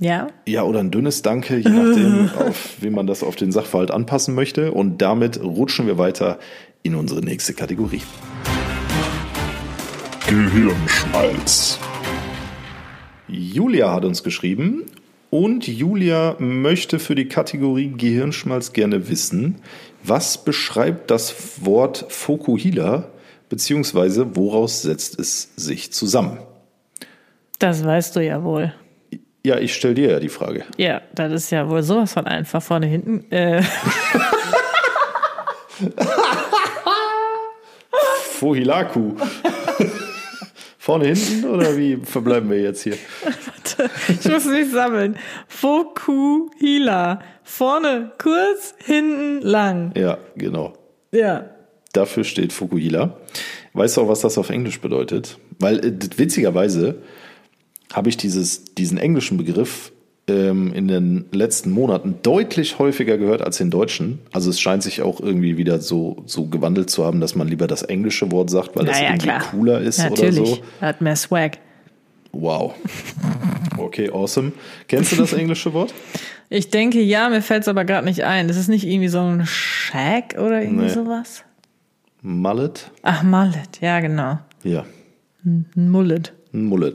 B: Ja.
A: Ja, oder ein dünnes Danke, je nachdem, auf, wie man das auf den Sachverhalt anpassen möchte. Und damit rutschen wir weiter in unsere nächste Kategorie.
C: Gehirnschmalz.
A: Julia hat uns geschrieben und Julia möchte für die Kategorie Gehirnschmalz gerne wissen, was beschreibt das Wort Fokuhila beziehungsweise woraus setzt es sich zusammen?
B: Das weißt du ja wohl.
A: Ja, ich stelle dir ja die Frage.
B: Ja, das ist ja wohl sowas von einfach vorne hinten. Äh,
A: Fohilaku. Vorne hinten oder wie verbleiben wir jetzt hier?
B: ich muss mich sammeln. Fokuhila. Vorne kurz, hinten lang.
A: Ja, genau.
B: Ja.
A: Dafür steht Fukuhila. Weißt du auch, was das auf Englisch bedeutet? Weil äh, d- witzigerweise habe ich dieses, diesen englischen Begriff ähm, in den letzten Monaten deutlich häufiger gehört als den deutschen. Also es scheint sich auch irgendwie wieder so, so gewandelt zu haben, dass man lieber das englische Wort sagt, weil das irgendwie cooler ist
B: Natürlich.
A: oder so.
B: Hat mehr Swag.
A: Wow. Okay, awesome. Kennst du das englische Wort?
B: Ich denke, ja, mir fällt es aber gerade nicht ein. Das ist nicht irgendwie so ein Shag oder irgendwie
A: Nee.
B: sowas.
A: Mullet?
B: Ach, Mullet. Ja, genau.
A: Ja,
B: Ein Mullet.
A: ein Mullet.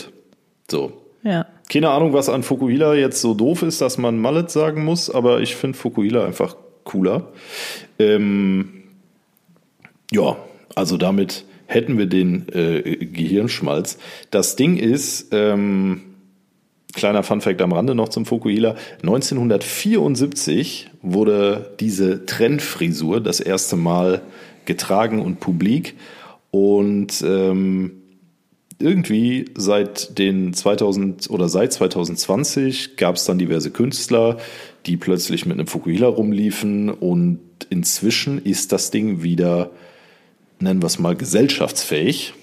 A: So,
B: Ja.
A: Keine Ahnung, was an Fukuhila jetzt so doof ist, dass man Mallet sagen muss, aber ich finde Fukuhila einfach cooler. Ähm, ja, also damit hätten wir den äh, Gehirnschmalz. Das Ding ist, ähm, kleiner Funfact am Rande noch zum Fukuhila, 1974 wurde diese Trendfrisur das erste Mal getragen und publik und ähm, irgendwie seit den 2000 oder seit 2020 gab es dann diverse Künstler, die plötzlich mit einem Fukuhila rumliefen und inzwischen ist das Ding wieder nennen wir es mal, gesellschaftsfähig.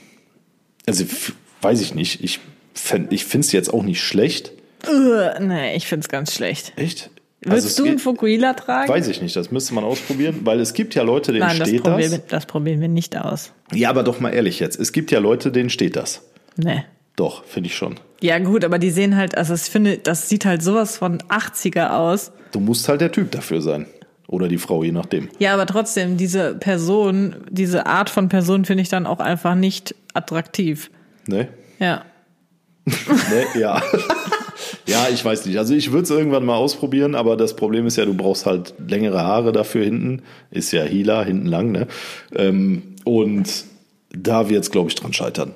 A: Also f- weiß ich nicht. Ich, fänd- ich finde es jetzt auch nicht schlecht.
B: Äh, nee, ich find's ganz schlecht.
A: Echt?
B: Würdest
A: Also es
B: du einen
A: geht-
B: Fukuhila tragen?
A: Weiß ich nicht, das müsste man ausprobieren, weil es gibt ja Leute, denen
B: Nein, das
A: steht
B: probieren, wir,
A: das.
B: das probieren wir nicht aus.
A: Ja, aber doch mal ehrlich jetzt. Es gibt ja Leute, denen steht das.
B: Nee.
A: Doch, finde ich schon.
B: Ja, gut, aber die sehen halt, also ich finde, das sieht halt sowas von 80er aus.
A: Du musst halt der Typ dafür sein. Oder die Frau, je nachdem.
B: Ja, aber trotzdem, diese Person, diese Art von Person finde ich dann auch einfach nicht attraktiv.
A: Ne?
B: Ja.
A: Ne? Ja. ja, ich weiß nicht. Also ich würde es irgendwann mal ausprobieren, aber das Problem ist ja, du brauchst halt längere Haare dafür hinten. Ist ja Hila, hinten lang, ne? Ähm, und da wird es, glaube ich, dran scheitern.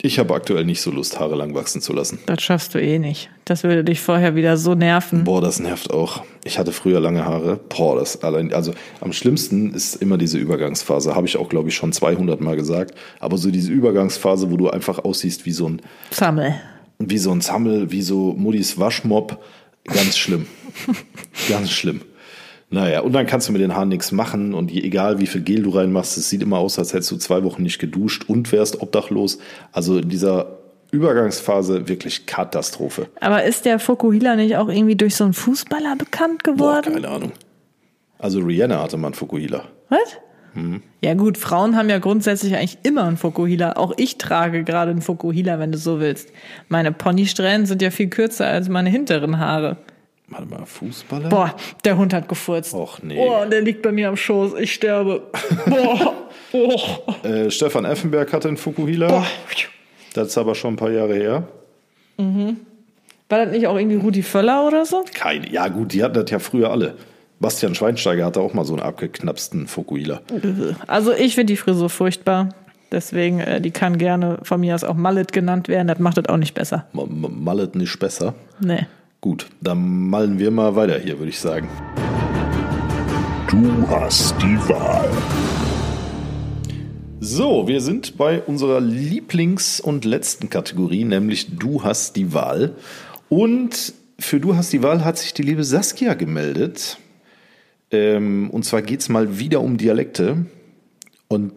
A: Ich habe aktuell nicht so Lust, Haare lang wachsen zu lassen.
B: Das schaffst du eh nicht. Das würde dich vorher wieder so nerven.
A: Boah, das nervt auch. Ich hatte früher lange Haare. Boah, das allein. Also am schlimmsten ist immer diese Übergangsphase. Habe ich auch, glaube ich, schon 200 Mal gesagt. Aber so diese Übergangsphase, wo du einfach aussiehst wie so ein,
B: Zammel.
A: wie so ein Zammel, wie so Muddis Waschmob. Ganz schlimm. Ganz schlimm. Naja, und dann kannst du mit den Haaren nichts machen. Und je- egal, wie viel Gel du reinmachst, es sieht immer aus, als hättest du zwei Wochen nicht geduscht und wärst obdachlos. Also in dieser Übergangsphase wirklich Katastrophe.
B: Aber ist der Fukuhila nicht auch irgendwie durch so einen Fußballer bekannt
A: Boah,
B: geworden?
A: keine Ahnung. Also Rihanna hatte mal einen Fukuhila.
B: Was? Ja gut, Frauen haben ja grundsätzlich eigentlich immer einen Fokuhila. Auch ich trage gerade einen Fokuhila, wenn du so willst. Meine Ponnysträhnen sind ja viel kürzer als meine hinteren Haare.
A: Warte mal, Fußballer?
B: Boah, der Hund hat gefurzt.
A: Och, nee.
B: Oh, und der liegt bei mir am Schoß. Ich sterbe. Boah. Oh.
A: Äh, Stefan Effenberg hatte einen Fukuhila.
B: Boah.
A: Das ist aber schon ein paar Jahre her.
B: War das nicht auch irgendwie Rudi Völler oder so?
A: Keine. Ja, gut, die hatten das ja früher alle. Bastian Schweinsteiger hatte auch mal so einen abgeknapsten Fukuhila.
B: Also ich finde die Frisur furchtbar. Deswegen, äh, die kann gerne von mir aus auch Mallet genannt werden. Das macht das auch nicht besser.
A: M- m- Mallet nicht besser.
B: Nee.
A: Gut, dann mallen wir mal weiter hier, würde ich sagen.
C: Du hast die Wahl.
A: So, wir sind bei unserer Lieblings- und letzten Kategorie, nämlich Du hast die Wahl. Und für Du hast die Wahl hat sich die liebe Saskia gemeldet. Ähm, und zwar geht es mal wieder um Dialekte. Und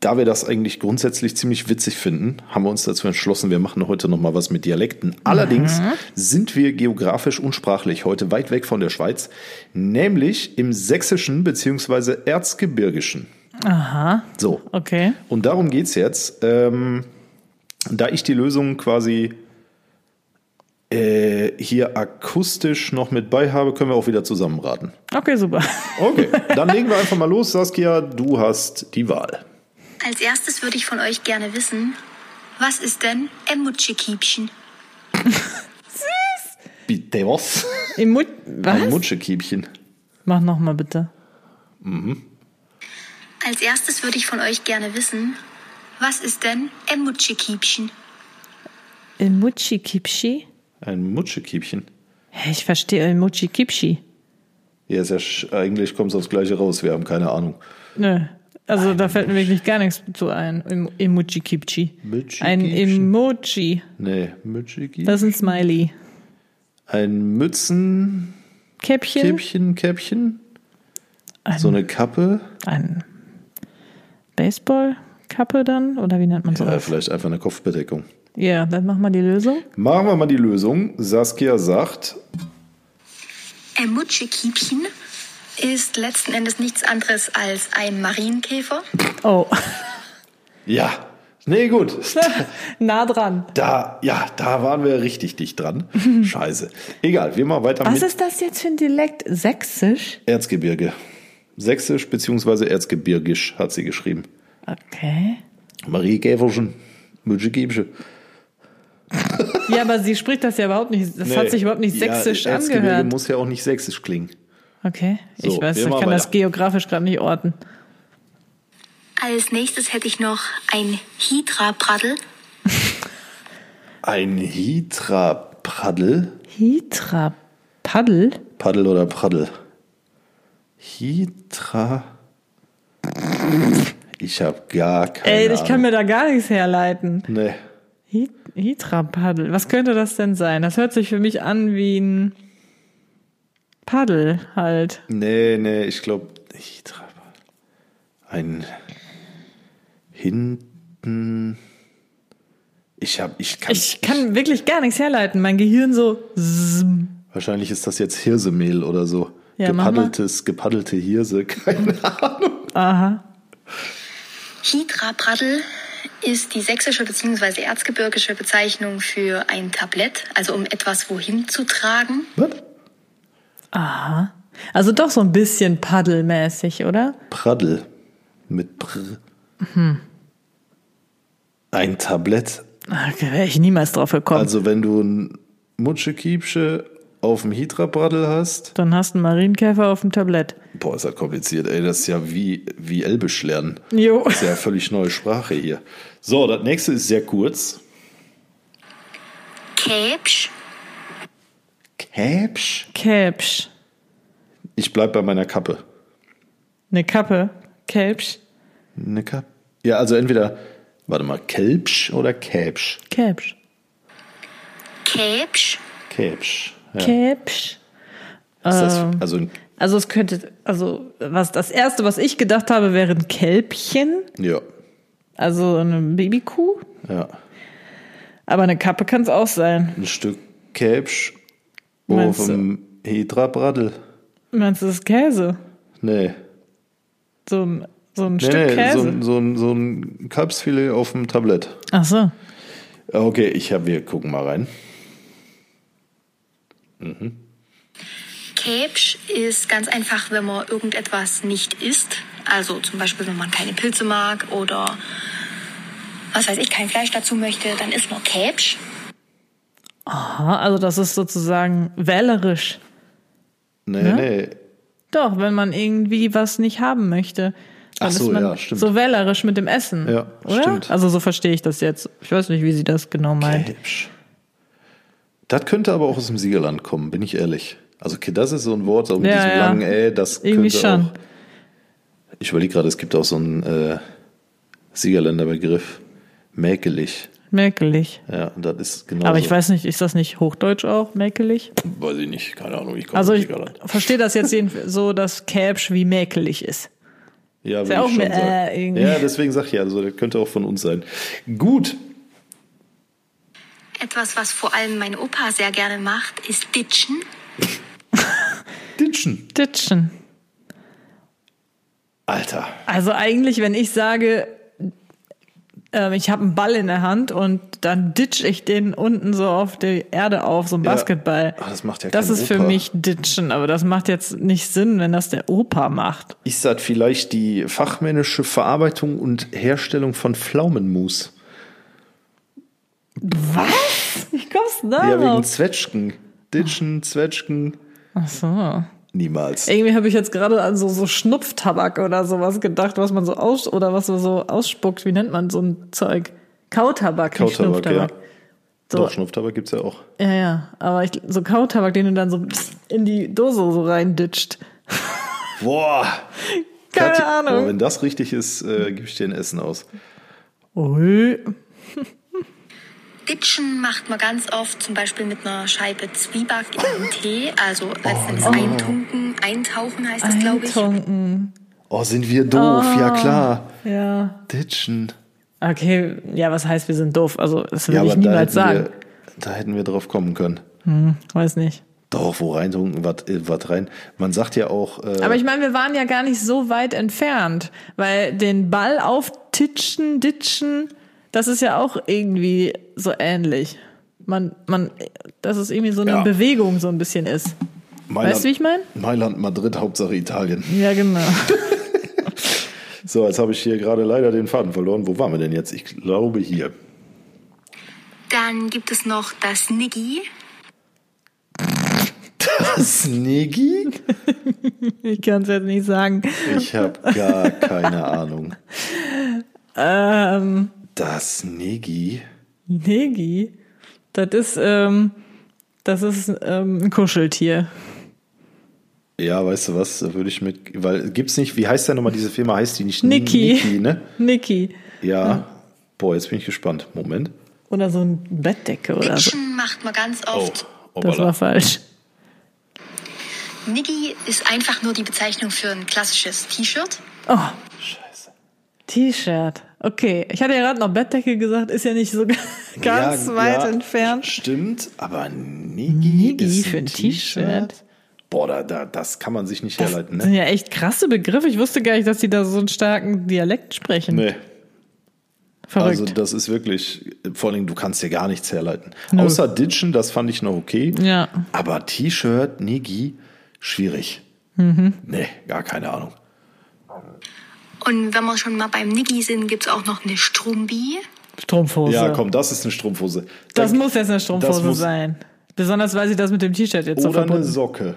A: da wir das eigentlich grundsätzlich ziemlich witzig finden, haben wir uns dazu entschlossen, wir machen heute nochmal was mit Dialekten. Allerdings sind wir geografisch und sprachlich heute weit weg von der Schweiz, nämlich im sächsischen bzw. erzgebirgischen. Aha. So.
B: Okay.
A: Und darum geht's jetzt. Ähm, da ich die Lösung quasi äh, hier akustisch noch mit bei habe, können wir auch wieder zusammenraten.
B: Okay, super.
A: Okay, dann legen wir einfach mal los. Saskia, du hast die Wahl.
D: Als erstes würde ich von euch gerne wissen, was ist denn Emutschekiebchen?
A: Bitte was?
B: Im Mut
A: Ein
B: Was?
A: Mutschekiebchen.
B: Mach nochmal bitte.
D: Als erstes würde ich von euch gerne wissen, was ist denn Emutschekiebchen?
B: Imuchi Kipschi?
A: Ein Mutschekiebchen.
B: Hä, Ich verstehe Imuchi Kipschi.
A: Ja, ist ja sch- eigentlich kommt es aufs Gleiche raus. Wir haben keine Ahnung.
B: Nö. Also da fällt mir wirklich gar nichts zu ein. Im- Imuchi Kipschi.
A: Mutschi
B: Ein
A: Kipschi.
B: Emoji.
A: Nee, Mutschekiebchen.
B: Das ist ein Smiley.
A: Ein Mützen,
B: Käppchen.
A: Käppchen, Käppchen. So eine Kappe.
B: Ein Baseballkappe dann? Oder wie nennt man
A: Ja,
B: sowas?
A: Äh, vielleicht einfach eine Kopfbedeckung.
B: Ja, dann machen wir die Lösung.
A: Machen wir mal die Lösung. Saskia sagt,
D: Emutschekiebchen ist letzten Endes nichts anderes als ein Marienkäfer.
B: Oh,
A: ja. Nee, gut.
B: nah dran.
A: Da, ja, da waren wir richtig dicht dran. Scheiße. Egal, wir machen weiter
B: Was
A: mit
B: ist das jetzt für ein Dialekt? Sächsisch?
A: Erzgebirge. Sächsisch bzw. Erzgebirgisch hat sie geschrieben.
B: Okay.
A: Marie Gäferschen. Mütschegibsche.
B: Ja, aber sie spricht das ja überhaupt nicht. Das hat sich überhaupt nicht sächsisch
A: Erzgebirge
B: angehört.
A: muss ja auch nicht sächsisch klingen.
B: Okay,
A: So,
B: ich weiß,
A: wir
B: ich kann
A: machen
B: das
A: weiter.
B: geografisch gerade nicht orten.
D: Als nächstes hätte ich noch ein Hydra-Braddel.
A: Ein Hitra-Praddel.
B: Hitra Paddel?
A: Paddel oder Praddel? Hitra. Ich habe gar keine
B: Ey, ich kann
A: Ahnung.
B: mir da gar nichts herleiten.
A: Nee.
B: Hit- Hitra Paddel, was könnte das denn sein? Das hört sich für mich an wie ein Paddel halt.
A: Nee, nee, ich glaube, ich trage ein hinten. Ich habe, ich kann.
B: Ich kann wirklich gar nichts herleiten. Mein Gehirn so. zzzm.
A: wahrscheinlich ist das jetzt Hirsemehl oder so.
B: Ja, mach mal.
A: Gepaddeltes, gepaddelte Hirse. Keine Ahnung.
D: Hydrabraddel ist die sächsische bzw. erzgebirgische Bezeichnung für ein Tablett, also um etwas wohin zu tragen.
A: Was?
B: Also doch so ein bisschen paddelmäßig, oder?
A: Praddel. Mit Pr. Ein Tablett.
B: Okay, wäre Ah, ich niemals drauf gekommen.
A: Also wenn du ein Mutschekiebsche auf dem Hydra-Braddel hast.
B: Dann hast du einen Marienkäfer auf dem Tablett.
A: Boah, ist das kompliziert. Ey, das ist ja wie, wie Elbisch lernen.
B: Jo.
A: Das ist ja völlig neue Sprache hier. So, das nächste ist sehr kurz.
D: Käpsch,
A: Käpsch.
B: Käpsch.
A: Ich bleib bei meiner Kappe.
B: Eine Kappe. Käpsch.
A: Eine Kappe. Ja, also entweder, warte mal, Kelpsch oder Käpsch?
B: Käpsch.
D: Käpsch,
A: Käpsch. Ja.
B: Käpsch.
A: Ist das, also ein,
B: Also es könnte, also was das erste, was ich gedacht habe, wäre ein Kälbchen,
A: ja,
B: also eine Babykuh.
A: ja,
B: Aber eine Kappe kann es auch sein.
A: ein Stück Oh, Käpsch
B: Meinst
A: auf dem Hydra-Braddel.
B: Meinst du, das ist Käse?
A: Nee.
B: So ein, so ein
A: Nee,
B: Stück
A: nee,
B: Käse.
A: so, ein- so, ein- so ein Kalbsfilet auf dem Tablett.
B: Ach so.
A: Okay, ich hab, wir gucken mal rein.
D: Käpsch ist ganz einfach, wenn man irgendetwas nicht isst. Also zum Beispiel, wenn man keine Pilze mag oder was weiß ich, kein Fleisch dazu möchte, dann isst man Käpsch.
B: Aha, also das ist sozusagen wählerisch.
A: Nee, nee.
B: Doch, wenn man irgendwie was nicht haben möchte. Dann
A: Ach so,
B: ist man
A: ja, stimmt.
B: so wählerisch mit dem Essen.
A: Ja,
B: oder?
A: stimmt.
B: Also so verstehe ich das jetzt. Ich weiß nicht, wie sie das genau meint.
A: Käpsch. Das könnte aber auch aus dem Siegerland kommen, bin ich ehrlich. Also, okay, das ist so ein Wort, so mit
B: Ja,
A: diesem
B: ja.
A: langen Äh, das
B: Irgendwie
A: könnte
B: schon.
A: auch. Ich überlege gerade, es gibt auch so einen äh, Siegerländer Begriff. Mäkelig.
B: Mäkelig.
A: Ja, und das ist genau.
B: Aber ich weiß nicht, ist das nicht Hochdeutsch auch, mäkelig?
A: Weiß ich nicht, keine Ahnung. Ich komme
B: Also
A: aus
B: ich
A: Siegerland.
B: verstehe das jetzt jedenfalls so, dass Käbsch wie mäkelig ist.
A: Ja, ist
B: ja auch
A: ich schon
B: mit,
A: sagen.
B: äh, irgendwie.
A: ja, deswegen sag ich ja, also, das könnte auch von uns sein. Gut.
D: Etwas, was vor allem mein Opa sehr gerne macht, ist Ditschen.
A: Ditschen.
B: Ditschen.
A: Alter.
B: Also eigentlich, wenn ich sage, ähm, ich habe einen Ball in der Hand und dann ditch ich den unten so auf die Erde auf, so ein
A: Ja.
B: Basketball.
A: Ach, das macht ja
B: Das
A: kein
B: ist für
A: Opa.
B: mich ditchen, aber das macht jetzt nicht Sinn, wenn das der Opa macht.
A: Ist das vielleicht die fachmännische Verarbeitung und Herstellung von Pflaumenmus?
B: Was? Ich komm's da
A: Ja, wegen
B: drauf.
A: Zwetschgen. Ditschen, Zwetschgen.
B: Ach so.
A: Niemals.
B: Irgendwie habe ich jetzt gerade an so, so Schnupftabak oder sowas gedacht, was man so aus oder was man so ausspuckt. Wie nennt man so ein Zeug? Kautabak, nicht
A: Kautabak,
B: Schnupftabak.
A: ja.
B: So,
A: Doch, Schnupftabak gibt es ja auch.
B: Ja, ja. Aber ich, so Kautabak, den du dann so in die Dose so reinditscht.
A: Boah.
B: Keine
A: Katja,
B: Ahnung.
A: Oh, wenn das richtig ist, äh, gebe ich dir ein Essen aus.
B: Ui.
D: Ditschen macht man ganz oft zum Beispiel mit einer Scheibe Zwieback in den Tee, also letztendlich eintunken, eintauchen heißt das, glaube ich.
B: Eintunken.
A: Oh, sind wir doof. Ja,
B: Ah.
A: klar.
B: Ja.
A: Ditschen.
B: Okay, ja, was heißt, wir sind doof? Also, das würde
A: ja,
B: ich niemals
A: da hätten
B: sagen.
A: Wir, da hätten wir drauf kommen können.
B: Weiß nicht.
A: Doch, wo reintunken, was äh, was rein. Man sagt ja auch. Äh,
B: Aber ich meine, wir waren ja gar nicht so weit entfernt, weil den Ball auftitschen, ditschen, das ist ja auch irgendwie so ähnlich. Man, man, dass es irgendwie so eine
A: Ja.
B: Bewegung so ein bisschen ist.
A: Mailand,
B: weißt du, wie ich mein?
A: Mailand, Madrid, Hauptsache Italien.
B: Ja, genau.
A: So, jetzt habe ich hier gerade leider den Faden verloren. Wo waren wir denn jetzt? Ich glaube hier.
D: Dann gibt es noch das Niggi.
A: Sniggy?
B: Ich kann es jetzt nicht sagen.
A: Ich habe gar keine Ahnung.
B: Ähm,
A: Das Sniggy?
B: Negi, das ist, ähm, das ist ähm, ein Kuscheltier.
A: Ja, weißt du was? Da würde ich mit. Weil gibt's nicht. Wie heißt denn nochmal diese Firma? Heißt die nicht
B: Niki.
A: Niki, ne?
B: Niki.
A: Ja. Boah, jetzt bin ich gespannt. Moment.
B: Oder so ein Bettdecke oder so.
D: Ditschen macht man ganz
A: Oh.
D: oft.
B: Das war falsch.
D: Niggi ist einfach nur die Bezeichnung für ein klassisches T-Shirt.
B: Oh, T-Shirt. Okay, ich hatte ja gerade noch Bettdecke gesagt, ist ja nicht so g- ganz
A: Ja,
B: weit
A: ja,
B: entfernt.
A: Stimmt, aber Nigi,
B: Nigi
A: ist
B: für ein T-Shirt?
A: Boah, da, da, das kann man sich nicht herleiten,
B: Das sind
A: ne?
B: ja echt krasse Begriffe. Ich wusste gar nicht, dass die da so einen starken Dialekt sprechen.
A: Nee,
B: Verrückt.
A: also das ist wirklich, vor allem du kannst dir gar nichts herleiten.
B: Nö.
A: Außer Ditchen, das fand ich noch okay.
B: Ja.
A: Aber T-Shirt, Nigi, schwierig.
B: Mhm.
A: Nee, gar keine Ahnung.
D: Und wenn wir schon mal beim Niggi sind, gibt's auch noch eine Strumbi.
B: Strumpfhose.
A: Ja, komm, das ist eine Strumpfhose.
B: Das
A: Dann-
B: muss jetzt eine
A: das
B: Strumpfhose
A: muss-
B: sein. Besonders, weil sie das mit dem T-Shirt jetzt so
A: Oder eine
B: verbunden
A: Socke.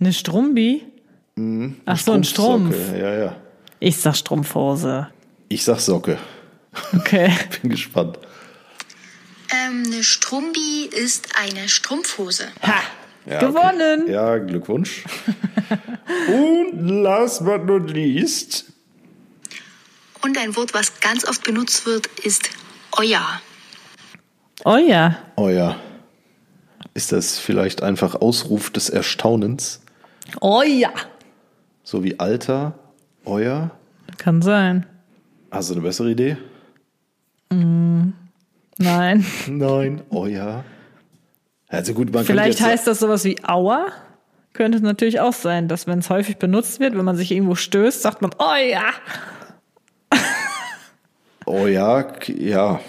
B: Eine Strumbi? Ach so, ein Strumpf.
A: Mhm, Strumpfsocke, Ja, ja.
B: Ich sag Strumpfhose.
A: Ich sag Socke.
B: Okay.
A: Bin gespannt.
D: Ähm, eine Strumbi ist eine Strumpfhose.
B: Ha!
A: Ja,
B: Gewonnen!
A: Okay. Ja, Glückwunsch. Und last but not least.
D: Und ein Wort, was ganz oft benutzt wird, ist euer.
B: Oh ja.
A: Euer. Ist das vielleicht einfach Ausruf des Erstaunens?
B: Oh ja.
A: So wie Alter, Euer?
B: Kann sein.
A: Hast du eine bessere Idee?
B: Nein.
A: Nein. Euer. Also gut, man
B: Vielleicht
A: könnte jetzt
B: heißt das sowas wie Aua. Könnte es natürlich auch sein, dass wenn es häufig benutzt wird, wenn man sich irgendwo stößt, sagt man, oh ja.
A: Euer, k- ja.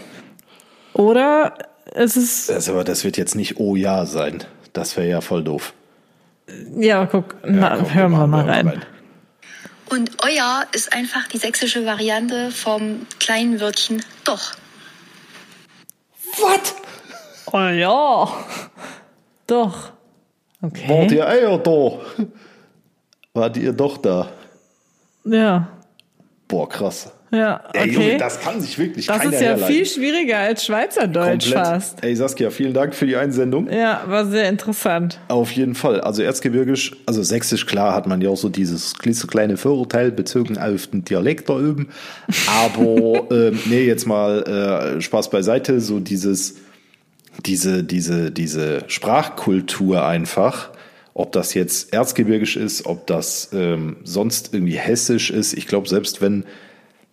B: Oder es ist,
A: Das, aber das wird jetzt nicht Oh ja sein. Das wäre ja voll doof.
B: ja, guck, na,
A: komm,
B: hören wir
A: machen-
B: mal
A: hören
B: rein.
A: wir
D: Und euer ist einfach die sächsische Variante vom kleinen Wörtchen doch.
B: Oh ja. Doch. Okay.
A: Wart ihr Eier da? Wart ihr doch da?
B: Ja.
A: Boah, krass.
B: Ja,
A: Ey, Junge,
B: okay.
A: das kann sich wirklich
B: das
A: keiner
B: ist ja
A: herleiten.
B: viel schwieriger als Schweizerdeutsch
A: Komplett.
B: fast.
A: Ey, Saskia, vielen Dank für die Einsendung.
B: Ja, war sehr interessant.
A: Auf jeden Fall. Also erzgebirgisch, also sächsisch, klar hat man ja auch so dieses klitzekleine Vorurteil bezogen auf den Dialekt da oben. Aber ähm, nee, jetzt mal äh, Spaß beiseite, so dieses, diese, diese, diese Sprachkultur einfach, ob das jetzt erzgebirgisch ist, ob das ähm, sonst irgendwie hessisch ist. Ich glaube, selbst wenn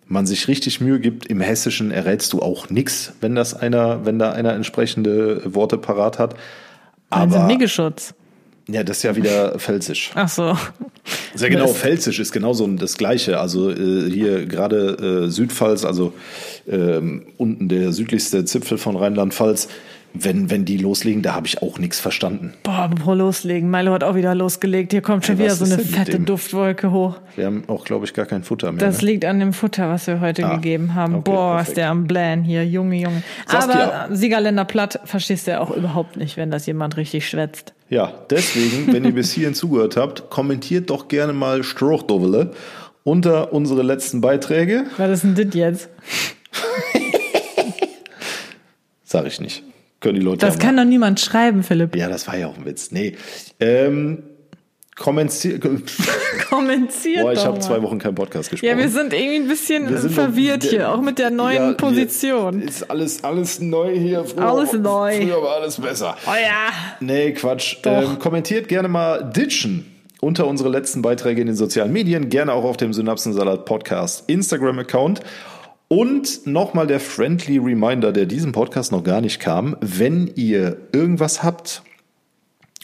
A: man sich richtig Mühe gibt, im Hessischen errätst du auch nichts, wenn das einer, wenn da einer entsprechende Worte parat hat.
B: Also
A: Aber
B: Niggeschutz.
A: ja, das ist ja wieder Pfälzisch.
B: Ach so.
A: Ist ja genau,
B: Das-
A: Pfälzisch ist genauso das Gleiche. Also äh, hier gerade äh, Südpfalz, also ähm, unten der südlichste Zipfel von Rheinland-Pfalz. Wenn, wenn die loslegen, da habe ich auch nichts verstanden.
B: Boah, apropos loslegen. Milo hat auch wieder losgelegt. Hier kommt schon
A: Ey,
B: wieder
A: was
B: so
A: ist
B: eine
A: denn mit
B: fette
A: dem?
B: Duftwolke hoch.
A: Wir haben auch, glaube ich, gar kein Futter mehr.
B: Das
A: ne?
B: liegt an dem Futter, was wir heute
A: Ah,
B: gegeben haben.
A: okay,
B: Boah, ist
A: perfekt.
B: der am Blähen hier. Junge, Junge.
A: Saskia.
B: Aber Siegerländer Platt verstehst du ja auch überhaupt nicht, wenn das jemand richtig schwätzt.
A: Ja, deswegen, wenn ihr bis hierhin zugehört habt, kommentiert doch gerne mal Strohdovele unter unsere letzten Beiträge.
B: Was ist denn das jetzt?
A: Sag ich nicht. Können die Leute
B: Das
A: ja
B: kann doch niemand schreiben, Philipp.
A: Ja, das war ja auch ein Witz. Nee. Ähm, kommentiert.
B: Kommentiert
A: Boah, ich
B: doch
A: habe
B: mal.
A: zwei Wochen keinen Podcast gesprochen.
B: Ja, wir sind irgendwie ein bisschen
A: Wir sind
B: verwirrt
A: noch-
B: hier, auch mit der neuen
A: Ja, wir-
B: Position.
A: Ist alles, alles neu hier. Früher,
B: Alles neu.
A: Früher war alles besser.
B: Oh ja.
A: Nee, Quatsch.
B: Doch.
A: Ähm, kommentiert gerne mal Ditchen unter unsere letzten Beiträge in den sozialen Medien, gerne auch auf dem Synapsensalat Podcast Instagram-Account. Und nochmal der friendly Reminder, der diesem Podcast noch gar nicht kam. Wenn ihr irgendwas habt,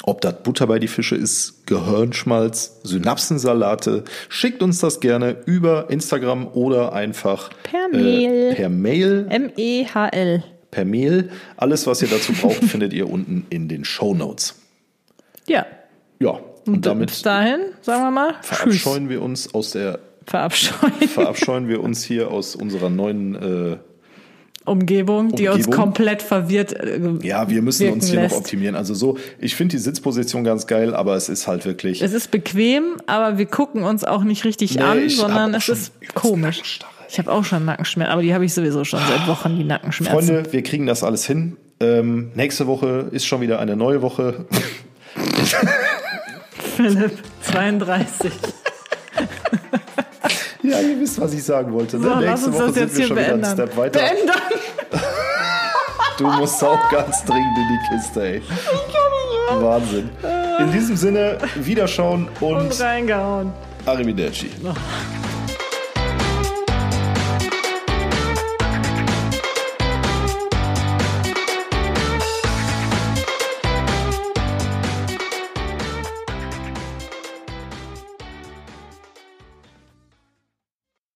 A: ob das Butter bei die Fische ist, Gehirnschmalz, Synapsensalate, schickt uns das gerne über Instagram oder einfach äh,
B: Per Mail.
A: per Mail
B: E M-E-H-L.
A: per Mail. Alles, was ihr dazu braucht, findet ihr unten in den Show Notes.
B: Ja.
A: Ja, und,
B: Bis
A: damit
B: dahin, sagen wir mal, tschüss.
A: verabscheuen wir uns aus der
B: Verabscheuen.
A: verabscheuen wir uns hier aus unserer neuen. Äh,
B: Umgebung, die uns
A: Umgebung.
B: komplett verwirrt. äh,
A: ja, wir müssen
B: wirken
A: uns hier
B: lässt.
A: noch optimieren. Also so, ich finde die Sitzposition ganz geil, aber es ist halt wirklich.
B: Es ist bequem, aber wir gucken uns auch nicht richtig
A: Nee,
B: an,
A: ich hab
B: sondern
A: auch
B: es
A: schon
B: ist
A: übelst
B: komisch.
A: Nackenstarre, ey.
B: Ich habe auch schon Nackenschmerzen, aber die habe ich sowieso schon seit Wochen, die Nackenschmerzen.
A: Freunde, wir kriegen das alles hin. Ähm, nächste Woche ist schon wieder eine neue Woche.
B: Philipp, 32.
A: ja, ihr wisst, was ich sagen wollte. Ne?
B: So, lass
A: nächste
B: uns
A: Woche
B: das
A: sind
B: jetzt
A: wir
B: hier
A: schon wieder einen
B: beenden.
A: Step weiter.
B: Beenden!
A: Du musst auch ganz dringend in die Kiste, ey. Wahnsinn. In diesem Sinne, wiederschauen und
B: Und reingehauen.
A: arrivederci.